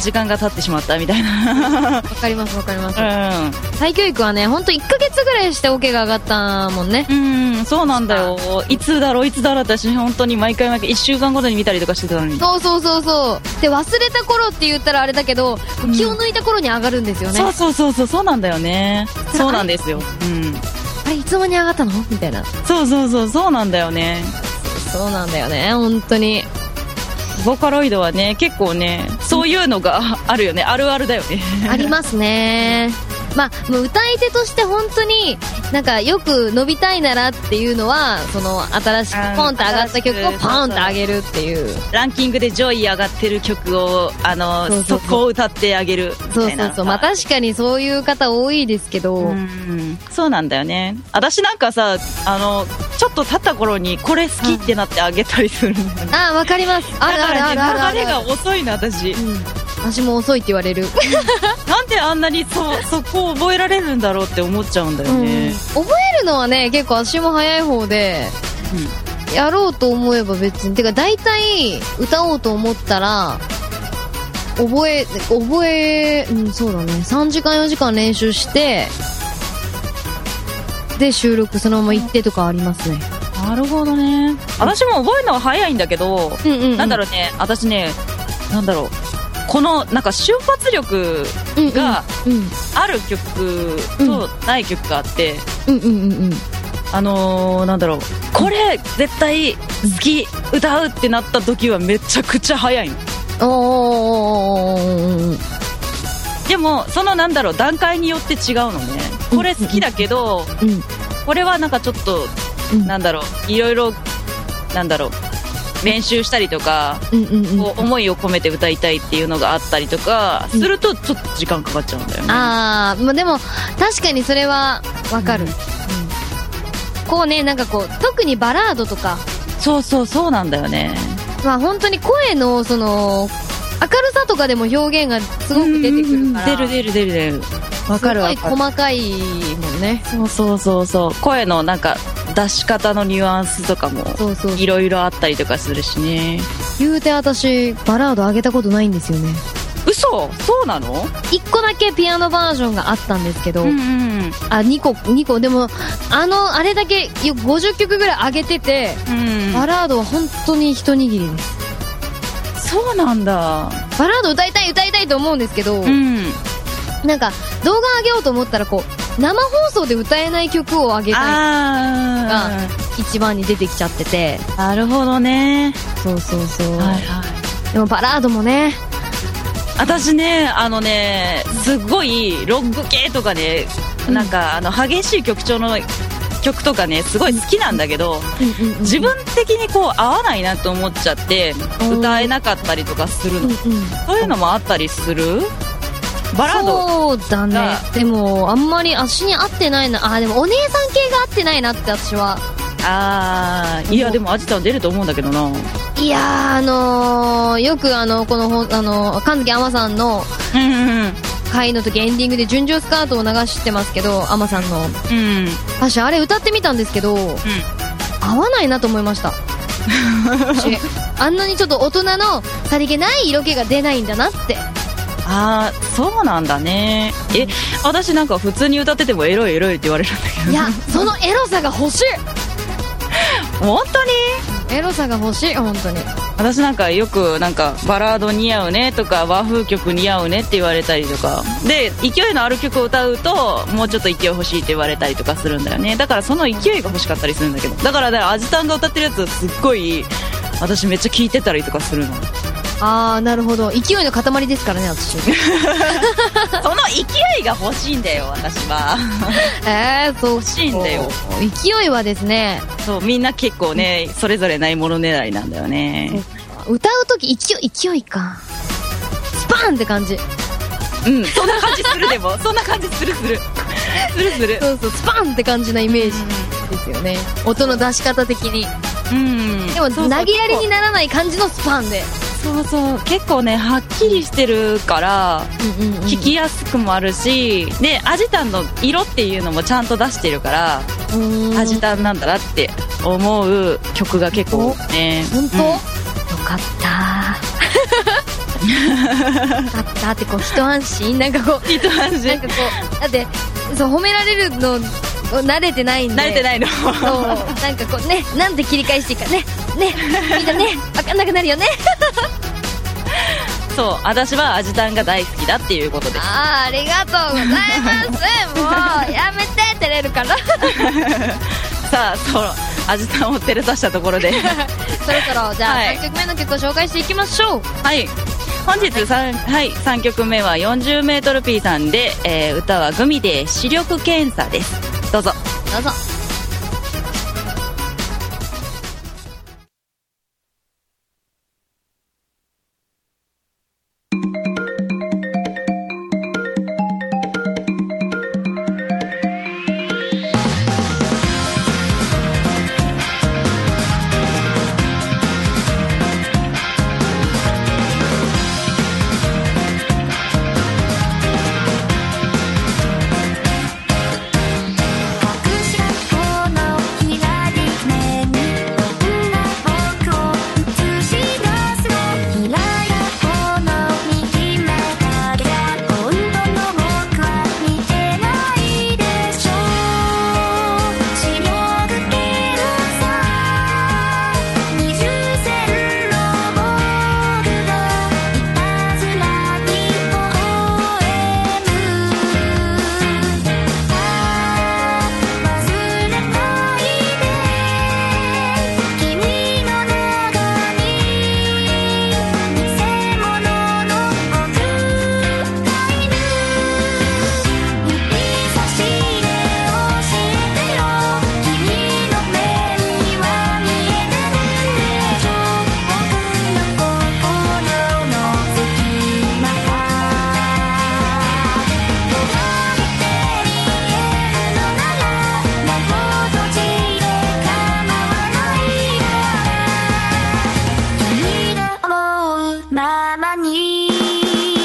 Speaker 4: 時間が経ってしまったみたいなわ
Speaker 3: かりますわかります
Speaker 4: うん
Speaker 3: 再教育はねほんと1ヶ月ぐらいしてオケが上がったもんね
Speaker 4: うんそうなんだよいつだろういつだろう私本当に毎回毎回1週間ごとに見たりとかしてたのに
Speaker 3: そうそうそうそうで忘れた頃って言ったらあれだけど気を抜いた頃に上がるんですよね、
Speaker 4: そうそうそうそうそうなんだよねそうなんですようん
Speaker 3: あれいつまに上がったのみたいな
Speaker 4: そうそうそうそうなんだよね
Speaker 3: そうなんだよね本当に
Speaker 4: ボーカロイドはね結構ねそういうのが あるよねあるあるだよね
Speaker 3: ありますね まあもう歌い手として本当になんかよく伸びたいならっていうのはその新しくポンと上がった曲をポンと上げるっていう
Speaker 4: ランキングで上位上がってる曲をあ
Speaker 3: そ
Speaker 4: の
Speaker 3: うそうそう
Speaker 4: 速攻歌ってあげるみ
Speaker 3: そう
Speaker 4: た
Speaker 3: そ
Speaker 4: いな
Speaker 3: うそうまあ確かにそういう方多いですけど
Speaker 4: そうなんだよね私なんかさあのちょっと経った頃にこれ好きってなってあげたりするんだよね
Speaker 3: ああわかりますあるあるあるあるある
Speaker 4: 流れが遅いな私、
Speaker 3: 私も遅いって言われる
Speaker 4: なんであんなにそそこを覚えられるんだろうって思っちゃうんだよね、
Speaker 3: 覚えるのはね結構足も早い方で、やろうと思えば別にてか大体歌おうと思ったら覚え覚え、うん、そうだね3時間4時間練習してで収録そのまま行ってとかありますね
Speaker 4: なるほどね私も覚えるのは早いんだけど、なんだろうね私ねなんだろうこのなんか瞬発力がある曲とない曲があって、
Speaker 3: うんうんうんうん
Speaker 4: あのー、なんだろうこれ絶対好き歌うってなった時はめちゃくちゃ早いのでもそのなんだろう段階によって違うのねこれ好きだけど、これはなんかちょっと、なんだろういろいろなんだろう練習したりとか、こう思いを込めて歌いたいっていうのがあったりとかするとちょっと時間かかっちゃうんだよね、
Speaker 3: あー、まあでも確かにそれはわかる、こうねなんかこう特にバラードとか
Speaker 4: そうそうそうなんだよね
Speaker 3: まあ本当に声のその明るさとかでも表現がすごく出てくるから
Speaker 4: 出る出る出る出るわかるわ
Speaker 3: すごい細かいもんね
Speaker 4: そうそうそうそう声のなんか出し方のニュアンスとかもいろいろあったりとかするしね
Speaker 3: 言うて私バラード上げたことないんですよね
Speaker 4: 嘘そうなの
Speaker 3: 1個だけピアノバージョンがあったんですけど、あ2個2個でもあのあれだけよ50曲ぐらい上げてて、バラードは本当に一握りです
Speaker 4: そうなんだ
Speaker 3: バラード歌いたい歌いたいと思うんですけど、なんか動画上げようと思ったらこう生放送で歌えない曲を上げたいが一番に出てきちゃってて
Speaker 4: なるほどね
Speaker 3: そうそうそう、でもバラードもね
Speaker 4: 私ねあのねすごいロック系とかね、なんかあの激しい曲調の曲とかねすごい好きなんだけど、自分的にこう合わないなと思っちゃって歌えなかったりとかするの、そういうのもあったりするバラード
Speaker 3: そうだねでもあんまり足に合ってないなあでもお姉さん系が合ってないなって私は
Speaker 4: あーいやでもアジタン出ると思うんだけどない
Speaker 3: やーあのー、よくあのこのほあの神月あまさんの会の時エンディングで純情スカートを流してますけどあまさんの
Speaker 4: うん
Speaker 3: 私あれ歌ってみたんですけど、合わないなと思いました 私あんなにちょっと大人のさりげない色気が出ないんだな って
Speaker 4: あーそうなんだねえ私なんか普通に歌っててもエロいエロいって言われるんだけ
Speaker 3: いやそのエロさが欲し
Speaker 4: ど 本当に
Speaker 3: いエロさが欲しい本当に
Speaker 4: 私なんかよくなんかバラード似合うねとか和風曲似合うねって言われたりとかで勢いのある曲を歌うともうちょっと勢い欲しいって言われたりとかするんだよねだからその勢いが欲しかったりするんだけどだからだからアジタンが歌ってるやつすっごい私めっちゃ聴いてたりとかするの
Speaker 3: ああなるほど勢いの塊ですからね私
Speaker 4: その勢いが欲しいんだよ私は
Speaker 3: えー、そう欲
Speaker 4: しいんだよ
Speaker 3: 勢いはですね
Speaker 4: そうみんな結構ねそれぞれないもの狙いなんだよね
Speaker 3: 歌う時勢い勢いかスパーンって感じ
Speaker 4: うんそんな感じするでもそんな感じするするするする
Speaker 3: そうそうスパーンって感じなイメージですよね音の出し方的に
Speaker 4: うん
Speaker 3: でも
Speaker 4: そ
Speaker 3: 投
Speaker 4: うそう
Speaker 3: げやりにならない感じのスパンで
Speaker 4: そうそう結構ねはっきりしてるから聞きやすくもあるしでアジタンの色っていうのもちゃんと出してるからアジタンなんだなって思う曲が結構ね
Speaker 3: 本当、よかったーよかったってこう一安心なんかこう
Speaker 4: 一安
Speaker 3: 心なんかこうだってそう褒められるの慣れてないんで
Speaker 4: 慣れてないの
Speaker 3: そう なんかこうねなんて切り返していいかねねみんなね分かんなくなるよね
Speaker 4: そう私はアジタンが大好きだっていうことです
Speaker 3: あーありがとうござい ますもうやめて照れるから
Speaker 4: さあそうアジタンを照れさせたところ で
Speaker 3: そろそろじゃあ、
Speaker 4: はい
Speaker 3: 3曲目の曲を紹介していきましょう
Speaker 4: はい本日 3,、はい三曲目は 40mP さんで、えー歌はグミで視力検査ですどうぞ
Speaker 3: どうぞ
Speaker 2: 「隠し事をしている」
Speaker 13: ままに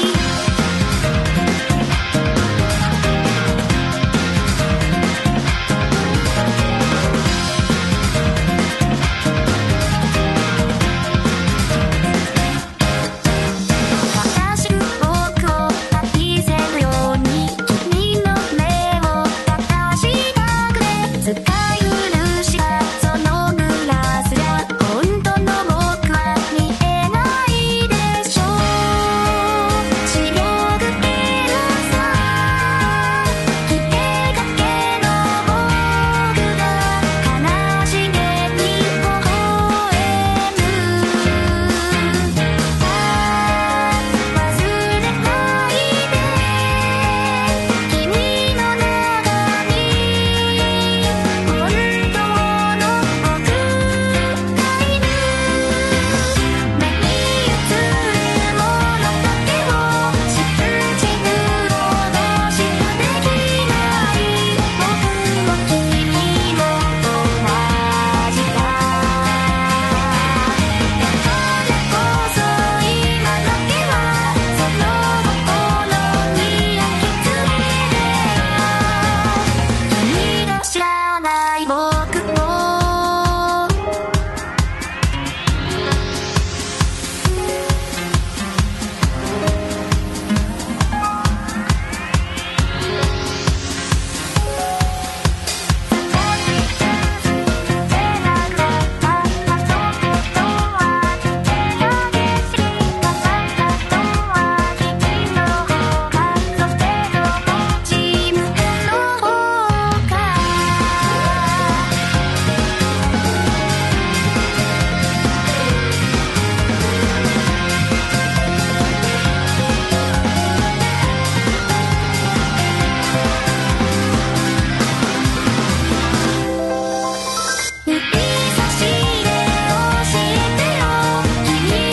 Speaker 6: 私を愛せるように君の目を正したくて使い古したそのグラスが本当の僕は見えないでしょう白くてるさきてかけの僕が悲しげに微笑む忘れないで君の中にいる本当の僕がいる目に映るものだけを信じることしかできない僕も君も同じだこそ今だけはその心の中にいる」「君が知らない僕を」指差しで教えてよ君の目を正したくては見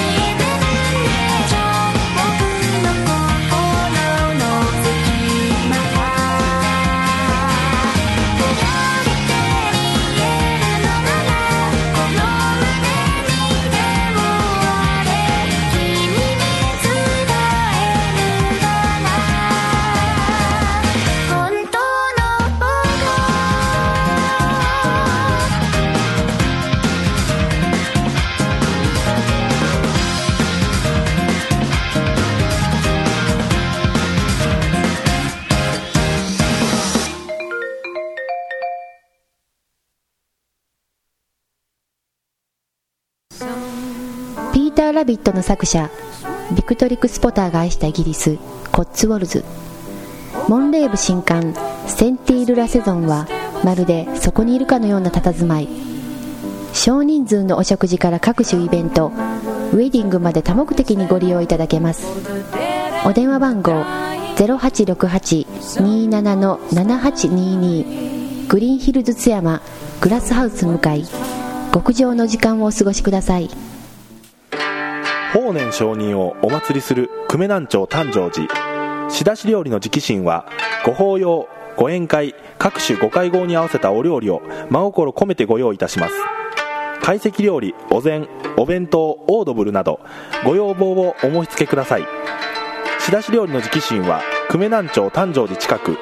Speaker 6: えてるでしょ僕の心の隙間がぼやけて見えるのならこの胸にでもあれ君に伝えるかな本当の僕
Speaker 2: ピーター・ラビットの作者ビクトリック・スポターが愛したイギリスコッツウォルズモンレーブ新刊「センティール・ラセゾン」はまるでそこにいるかのような佇まい少人数のお食事から各種イベントウェディングまで多目的にご利用いただけますお電話番号0868-27-7822グリーンヒルズ津山グラスハウス向かい極上の時間をお過ごしください
Speaker 5: 法然上人をお祭りする久米南町誕生寺仕出し料理の直進はご法要ご宴会各種ご会合に合わせたお料理を真心込めてご用意いたします懐石料理お膳お弁当オードブルなどご要望をお申し付けください仕出し料理の直進は久米南町誕生寺近く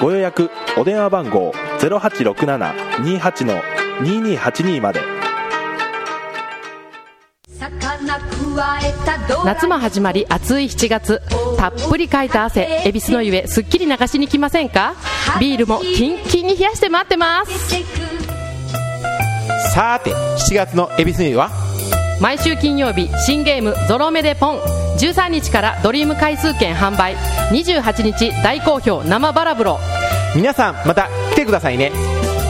Speaker 5: ご予約お電話番号086728の2282まで
Speaker 3: 魚加えたドラ
Speaker 14: 夏も始まり暑い7月たっぷりかいた汗恵比寿の湯へすっきり流しに来ませんかビールもキンキンに冷やして待ってます
Speaker 15: さーて7月の恵比寿には
Speaker 14: 毎週金曜日新ゲーム「ゾロ目でポン」13日からドリーム回数券販売28日大好評生バラブロ
Speaker 15: 皆さんまた来てくださいね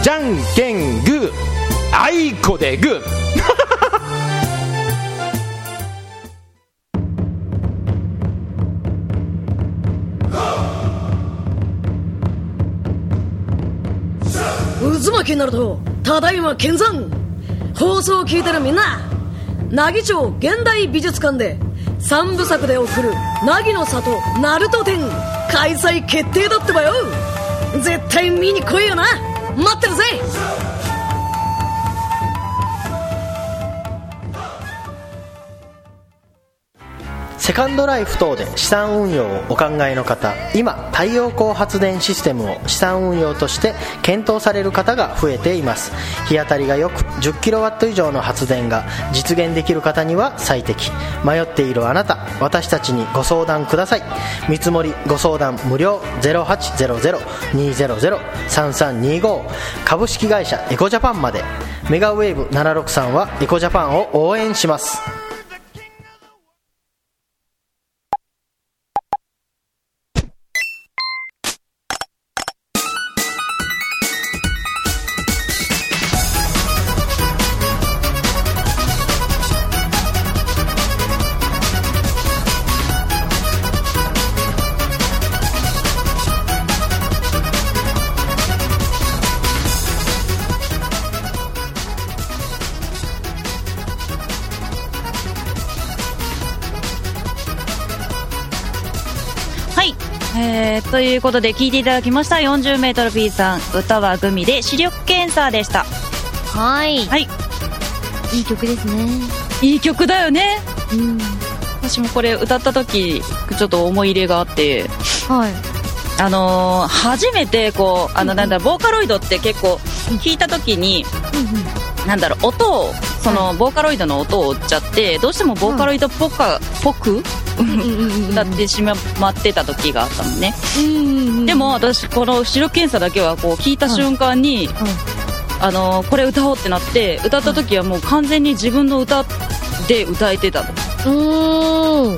Speaker 15: じゃんけんグーあいこでグー
Speaker 16: 渦巻きになるとただいま見参放送を聞いてるみんな奈義町現代美術館で三部作で送る「凪の里ナルト展」開催決定だってばよ絶対見に来いよな待ってるぜ
Speaker 17: セカンドライフ等で資産運用をお考えの方今太陽光発電システムを資産運用として検討される方が増えています日当たりがよく 10kW 以上の発電が実現できる方には最適迷っているあなた私たちにご相談ください見積もりご相談無料0800-200-3325株式会社エコジャパンまでメガウェーブ763はエコジャパンを応援します
Speaker 4: はい、えー、ということで聞いていただきました 40mP さん歌はグミで視力検査でした
Speaker 3: はい
Speaker 4: はい
Speaker 3: いい曲ですね
Speaker 4: いい曲だよねうん私もこれ歌った時ちょっと思い入れがあって
Speaker 3: はい
Speaker 4: あのー初めてこうあのなんだろうボーカロイドって結構弾いた時に、なんだろう音をそのボーカロイドの音を追っちゃってどうしてもボーカロイドっぽか、ぽく歌ってしまってた時があったのね、でも私この視力検査だけはこう聞いた瞬間に、あのーこれ歌おうってなって歌った時はもう完全に自分の歌で歌えてたの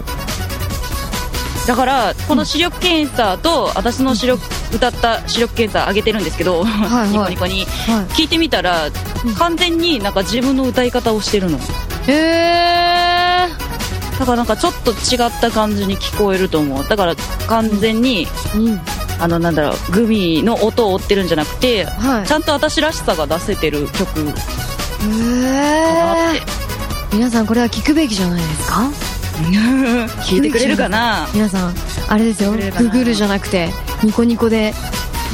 Speaker 4: だからこの視力検査と私の視力、歌った視力検査上げてるんですけど、
Speaker 3: はい
Speaker 4: ニコニコに、聞いてみたら、完全になんか自分の歌い方をしてるの
Speaker 3: へえ
Speaker 4: だからなんかちょっと違った感じに聞こえると思うだから完全に、あのなんだろうグミの音を追ってるんじゃなくて、ちゃんと私らしさが出せてる曲
Speaker 3: へえ皆さんこれは聞くべきじゃないですか
Speaker 4: 聞いてくれるかな
Speaker 3: 皆さんあれですよググるじゃなくてニコニコで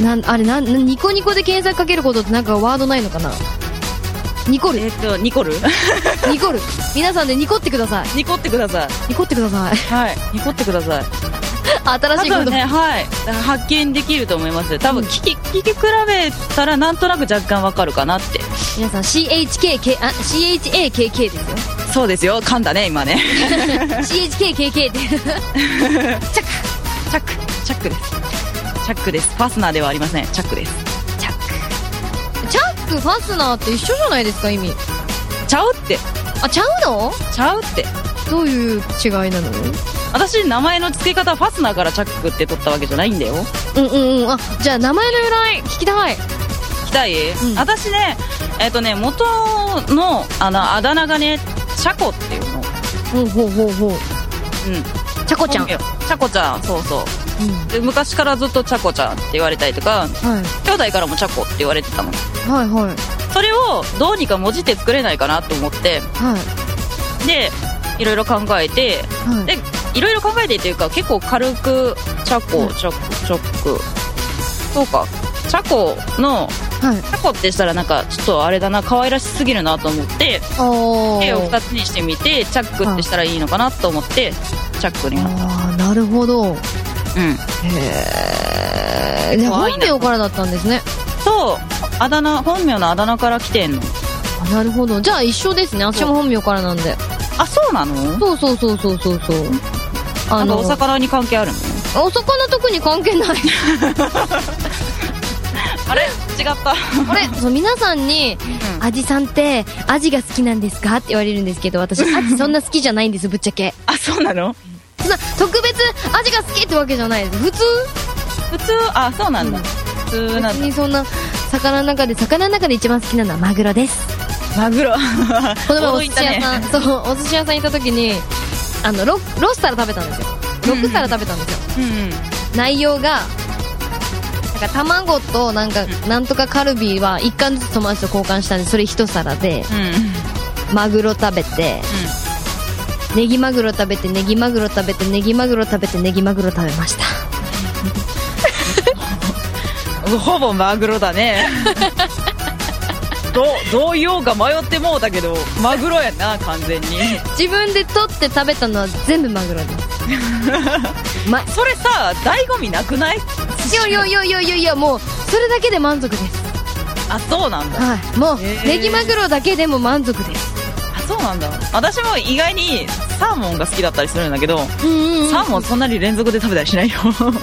Speaker 3: なんあれなんニコニコで検索かけることってなんかワードないのかなニコルえ
Speaker 4: っと ニコル
Speaker 3: ニコル皆さんでニコってください
Speaker 4: ニコってください
Speaker 3: ニコってください
Speaker 4: はいニコってください
Speaker 3: 新しいこと
Speaker 4: 多分ねはいだから発見できると思います多分聞き,、聞き比べたらなんとなく若干わかるかなって
Speaker 3: 皆さん CHKK あ CHAKK ですよ
Speaker 4: そうですよ噛んだね今ね
Speaker 3: CHKKK って
Speaker 4: チャックですチャックですファスナーではありませんチャックです
Speaker 3: チャックファスナーって一緒じゃないですか意味
Speaker 4: ちゃうって
Speaker 3: あちゃうの
Speaker 4: ちゃうって
Speaker 3: どういう違いなの
Speaker 4: 私名前の付け方はファスナーからチャックって取ったわけじゃないんだよ
Speaker 3: うんうんうんあじゃあ名前の由来聞きたい
Speaker 4: 聞きたい、私ねえっ、とね元のあのあだ名がねチャコっていうの
Speaker 3: ほうほうほうほう
Speaker 4: うん
Speaker 3: チャコちゃん
Speaker 4: 本名チャコちゃんそうそう、で昔からずっとチャコちゃんって言われたりと
Speaker 3: は
Speaker 4: か、
Speaker 3: い
Speaker 4: 兄弟からもチャコって言われてたの
Speaker 3: はいはい
Speaker 4: それをどうにか文字って作れないかなと思って
Speaker 3: はい
Speaker 4: でいろいろ考えて、
Speaker 3: はい
Speaker 4: でいろいろ考えてっていうか結構軽くチャコチャコチャコそうかチャコの、
Speaker 3: チ
Speaker 4: ャコってしたらなんかちょっとあれだな可愛らしすぎるなと思って
Speaker 3: おー
Speaker 4: 手を2つにしてみてチャックってしたらいいのかなと思ってチャックになった
Speaker 3: あなるほどうんへえで
Speaker 4: 可
Speaker 3: 本
Speaker 4: 愛いな
Speaker 3: 名からだったんですね
Speaker 4: そうあだ名本名のあだ名から来てんの
Speaker 3: あなるほどじゃあ一緒ですね私も本名からなんで
Speaker 4: あそうなの
Speaker 3: そうそうそうそうそうそう
Speaker 4: な
Speaker 3: あ
Speaker 4: んか
Speaker 3: の
Speaker 4: お魚に関係あるの
Speaker 3: お魚特に関 係ない
Speaker 4: あれ違 った
Speaker 3: あれそう皆さんに「アジさんってアジが好きなんですか?」って言われるんですけど私アジそんな好きじゃないんですぶっちゃけ
Speaker 4: あそうなの
Speaker 3: そんな特別アジが好きってわけじゃないです普通
Speaker 4: 普通あそうなんだ、普通なんだ
Speaker 3: 別にそんな魚の中で魚の中で一番好きなのはマグロです
Speaker 4: マグロ
Speaker 3: この前お寿司屋さん、
Speaker 4: 驚いたね
Speaker 3: そうお寿司屋さん行った時にあのロロス皿食べたんですよ6皿食べたんです
Speaker 4: よ、
Speaker 3: 内容がなんか卵となんかなんとかカルビは1貫ずつ友達と交換したんでそれ1皿で、マグロ食べて、ネギマグロ食べてネギマグロ食べてネギマグロ食べてネギマグロ食べました
Speaker 4: ほぼマグロだねどうどう言おうか迷ってもうたけどマグロやな完全に
Speaker 3: 自分で取って食べたのは全部マグロです
Speaker 4: それさ醍醐味なくない
Speaker 3: いやいやいやいやいやいやもうそれだけで満足です
Speaker 4: あそうなんだ、
Speaker 3: はいもうネギマグロだけでも満足です
Speaker 4: あそうなんだ私も意外にサーモンが好きだったりするんだけど、
Speaker 3: うんうん
Speaker 4: サーモンそんなに連続で食べたりしないよ本当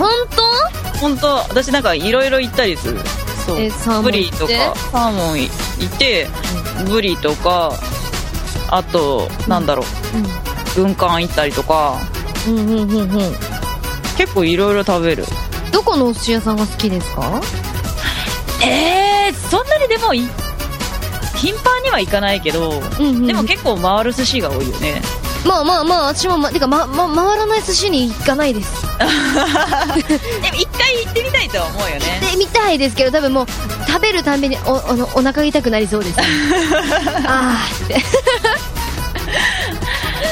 Speaker 4: 本当私なんかいろいろ行ったりするそう
Speaker 3: えサーモン
Speaker 4: ブリと
Speaker 3: 行っ
Speaker 4: か
Speaker 3: て
Speaker 4: サーモンい行ってブリとかあとなんだろう、軍艦行ったりとか
Speaker 3: うんうんうんうん
Speaker 4: 結構いろいろ食べる
Speaker 3: どこのお寿司屋さんが好きですか
Speaker 4: えー、そんなにでもい頻繁には行かないけど、でも結構回る寿司が多いよね
Speaker 3: まあまあまあ私もまてかまま回らない寿司に行かないです
Speaker 4: でも一回行ってみたいとは思うよね
Speaker 3: で見たいですけど多分もう食べるたんびにおあのお腹痛くなりそう ですああ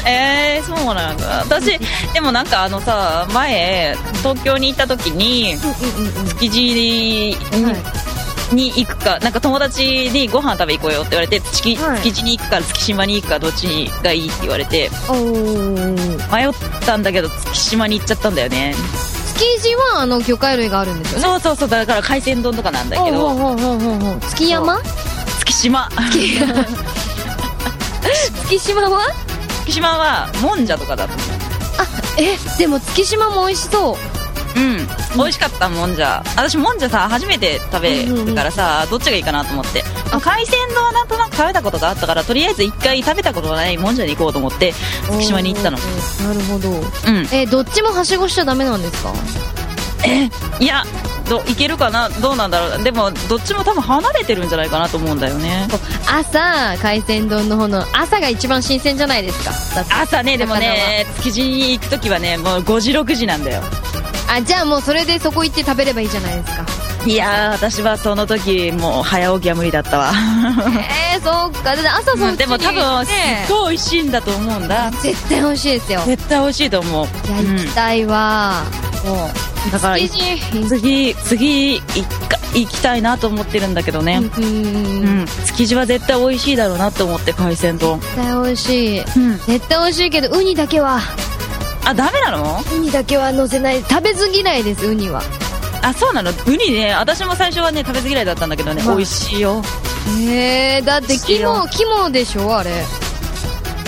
Speaker 4: えー、そうなんだ私でもなんかあのさ前東京に行った時に築地に,、に行くかなんか友達にご飯食べ行こうよって言われて築,、築地に行くか月島に行くかどっちがいいって言われて迷ったんだけど月島に行っちゃったんだよね
Speaker 3: 築地はあの魚介類があるんですよね
Speaker 4: そうそうそうだから海鮮丼とかなんだけど
Speaker 3: ほうほうほうほうほう月山
Speaker 4: 月島
Speaker 3: 月島は
Speaker 4: 月島はもんじゃとかだと思う
Speaker 3: えでも月島も美味しそう
Speaker 4: うん美味しかったもんじゃ私もんじゃさ初めて食べるからさ、どっちがいいかなと思って海鮮丼はなんとなく食べたことがあったからとりあえず一回食べたことがないもんじゃに行こうと思って月島に行ったの
Speaker 3: なるほど、えどっちもはしごしちゃダメなんですか
Speaker 4: えいやどいけるかなどうなんだろうでもどっちも多分離れてるんじゃないかなと思うんだよね
Speaker 3: 朝海鮮丼の方の朝が一番新鮮じゃないですかだって
Speaker 4: 朝ねでもね築地に行く時はねもう5時6時なんだよ
Speaker 3: あじゃあもうそれでそこ行って食べればいいじゃないですか
Speaker 4: いやー私はその時もう早起きは無理だったわ
Speaker 3: えー、そうかだって朝そっちに行って
Speaker 4: でも多分すっごい美味しいんだと思うんだ
Speaker 3: 絶対美味しいですよ
Speaker 4: 絶対美味しいと思う
Speaker 3: いや行きたいわ、もう
Speaker 4: だから
Speaker 3: 築
Speaker 4: 次次行か行きたいなと思ってるんだけどね
Speaker 3: うん、
Speaker 4: 築地は絶対美味しいだろうなと思って海鮮丼
Speaker 3: 絶対美味しい、絶対美味しいけどウニだけは
Speaker 4: あダメなの
Speaker 3: ウニだけは乗せない食べず嫌いですウニは
Speaker 4: あそうなのウニね私も最初はね食べず嫌いだったんだけどね美
Speaker 3: はい
Speaker 4: 味しいよ
Speaker 3: えー、だって肝肝でしょあれ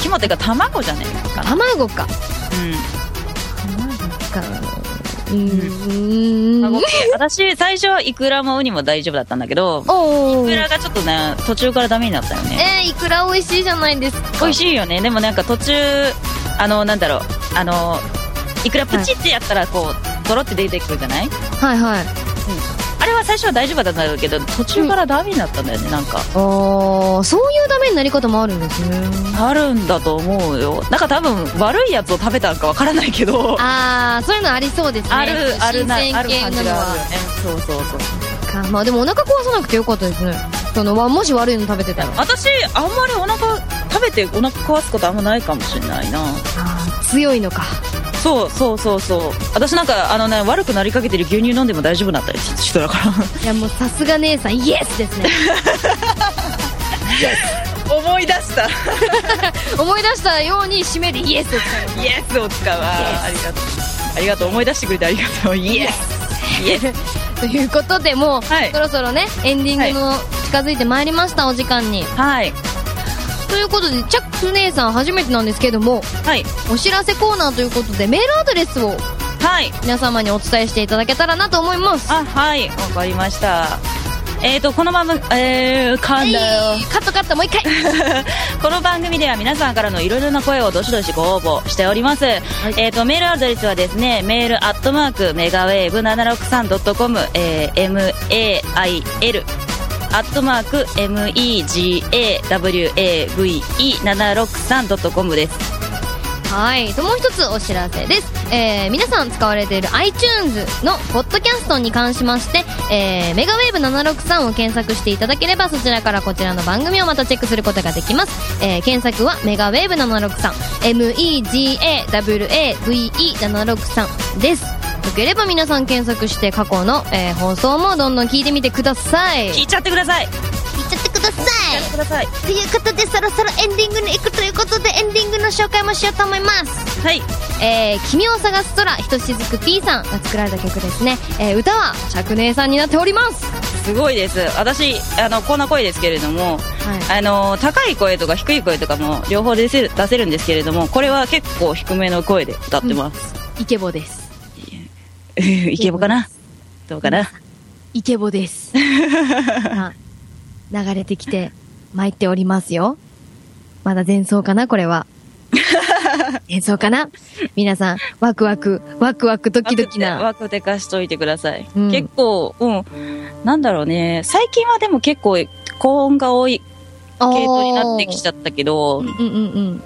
Speaker 4: 肝っていうか卵じゃねえかな
Speaker 3: 卵かうん
Speaker 4: 卵系私最初はいくらもウニも大丈夫だったんだけど
Speaker 3: お
Speaker 4: いくらがちょっとね途中からダメになったよね
Speaker 3: えー、いくら美味しいじゃないですか
Speaker 4: 美味しいよねでもなんか途中あのなんだろうあのいくらプチってやったらこうドロって出てくるじゃない
Speaker 3: はいはい
Speaker 4: あれは最初は大丈夫だったんだけど途中からダメになったんだよねなんか
Speaker 3: ああそういうダメになり方もあるんですね
Speaker 4: あるんだと思うよなんか多分悪いやつを食べたんかわからないけど
Speaker 3: ああそういうのありそうですね
Speaker 4: あるあるな
Speaker 3: 新
Speaker 4: あ
Speaker 3: 鮮
Speaker 4: る
Speaker 3: 系
Speaker 4: 感
Speaker 3: な
Speaker 4: じ
Speaker 3: の
Speaker 4: があるよ
Speaker 3: は
Speaker 4: ねそうそうそう
Speaker 3: かまあでもお腹壊さなくてよかったですねそのわもし悪いの食べてたら
Speaker 4: 私あんまりお腹食べてお腹壊すことあんまないかもしれないな
Speaker 3: 強いのか
Speaker 4: そうそうそうそう私なんかあのね悪くなりかけてる牛乳飲んでも大丈夫だったりし人だから
Speaker 3: いやもうさすが姉さんイエスですね
Speaker 4: 思い出した
Speaker 3: 思い出したように締めでイエスを使う
Speaker 4: イエスを使うわありがとうありがとう思い出してくれてありがとうイエスイエス
Speaker 3: ということでもう、そろそろねエンディングの近づいてまいりました、お時間に
Speaker 4: はい
Speaker 3: ということでチャック姉さん初めてなんですけども、
Speaker 4: はい、
Speaker 3: お知らせコーナーということでメールアドレスを
Speaker 4: はい
Speaker 3: 皆様にお伝えしていただけたらなと思います
Speaker 4: あはいわかりましたえーとこのままえー、噛んだよ、
Speaker 3: カットカットもう一回
Speaker 4: この番組では皆さんからのいろいろな声をどしどしご応募しております、えー、とメールアドレスはですねメールアットマークメガウェーブ 763.com、えー、MAIL アットマーク MEGAWAVE763.com です
Speaker 3: はいともう一つお知らせです、えー皆さん使われている iTunes のポッドキャストに関しまして、えーメガウェーブ763を検索していただければそちらからこちらの番組をまたチェックすることができます、えー検索はメガウェーブ 763MEGAWAVE763 ですよければ皆さん検索して過去の、えー放送もどんどん聞いてみてください
Speaker 4: 聞いちゃってください
Speaker 3: 聞いちゃってください
Speaker 4: はい
Speaker 2: ということでそろそろエンディングに行くということでエンディングの紹介もしようと思います
Speaker 4: はい
Speaker 3: えー君を探す空ひとしずく P さんが作られた曲ですね、えー歌は釈姉さんになっております
Speaker 4: すごいです私あのこんな声ですけれども、あの高い声とか低い声とかも両方出せる出せるんですけれどもこれは結構低めの声で歌ってます、
Speaker 3: イケボです
Speaker 4: イケボかなどうかな
Speaker 3: イケボです まあ流れてきて参っておりますよまだ前奏かなこれ は前奏かな皆さんワクワクワクワクドキドキな
Speaker 4: 枠でかしといてください、
Speaker 3: うん
Speaker 4: 結構うんなんだろうね最近はでも結構高音が多い系
Speaker 3: あー
Speaker 4: 統になってきちゃったけど、
Speaker 3: うんうんうん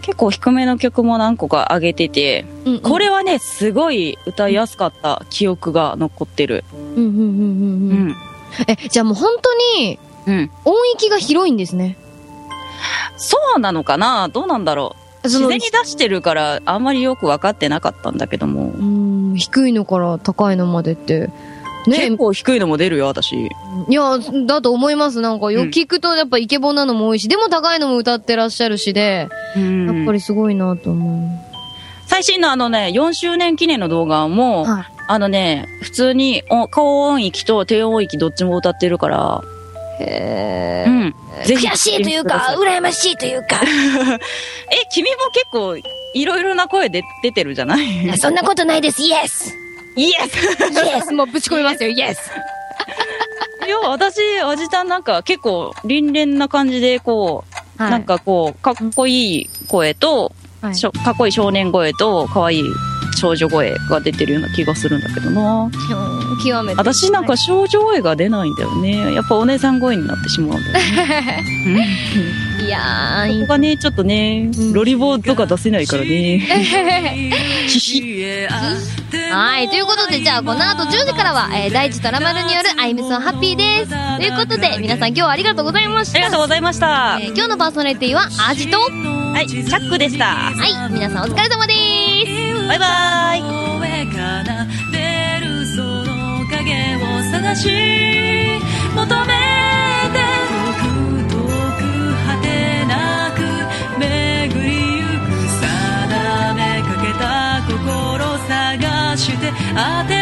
Speaker 4: 結構低めの曲も何個か上げてて、これはねすごい歌いやすかった記憶が残ってる
Speaker 3: うんうんうんうんうんえじゃあもう本当に音域が広いんですね
Speaker 4: そうなのかなどうなんだろう
Speaker 3: そ
Speaker 4: 自
Speaker 3: の
Speaker 4: 然に出してるからあんまりよく分かってなかったんだけども、
Speaker 3: うん低いのから高いのまでって
Speaker 4: 結構低いのも出るよ私
Speaker 3: いや、だと思います。なんかよ、聞くとやっぱイケボなのも多いし、でも高いのも歌ってらっしゃるしで、やっぱりすごいなと思
Speaker 4: 最新のあのね、4周年記念の動画も、あのね、普通にお高音域と低音域どっちも歌ってるから、
Speaker 3: へ
Speaker 4: ー。うん。ぜひ
Speaker 11: 悔しいというか羨ましいというか
Speaker 4: え、君も結構、いろいろな声で出てるじゃない
Speaker 11: そんなことないですイエス
Speaker 4: イエ ス
Speaker 3: イエスもうぶち込みますよ、イエス
Speaker 4: いや、私、おじたんなんか結構、凛々な感じで、こう、なんかこう、かっこいい声と、しょかっこいい少年声と、かわいい少女声が出てるような気がするんだけど
Speaker 3: う。
Speaker 4: な。
Speaker 3: うん極めて。
Speaker 4: 私なんか少女声が出ないんだよね。やっぱお姉さん声になってしまうんだよね。
Speaker 3: いや
Speaker 4: こ
Speaker 3: ー、
Speaker 4: こがね、ちょっとね、ロリボーとか出せないからね。
Speaker 3: はい、ということで、じゃあこの後10時からは、えー、大地とらまるによるアイムソンハッピーです。ということで、皆さん今日はありがとうございました。ありがとう
Speaker 4: ございました。、
Speaker 3: えー今日のパーソナリティは、アジと、はい
Speaker 4: チャックでした。
Speaker 3: はい、皆さんお疲れ様です。
Speaker 4: バイバイ。
Speaker 13: 出るその影を探し求めて遠く遠く果てなく巡りゆく定めかけた心を探して当て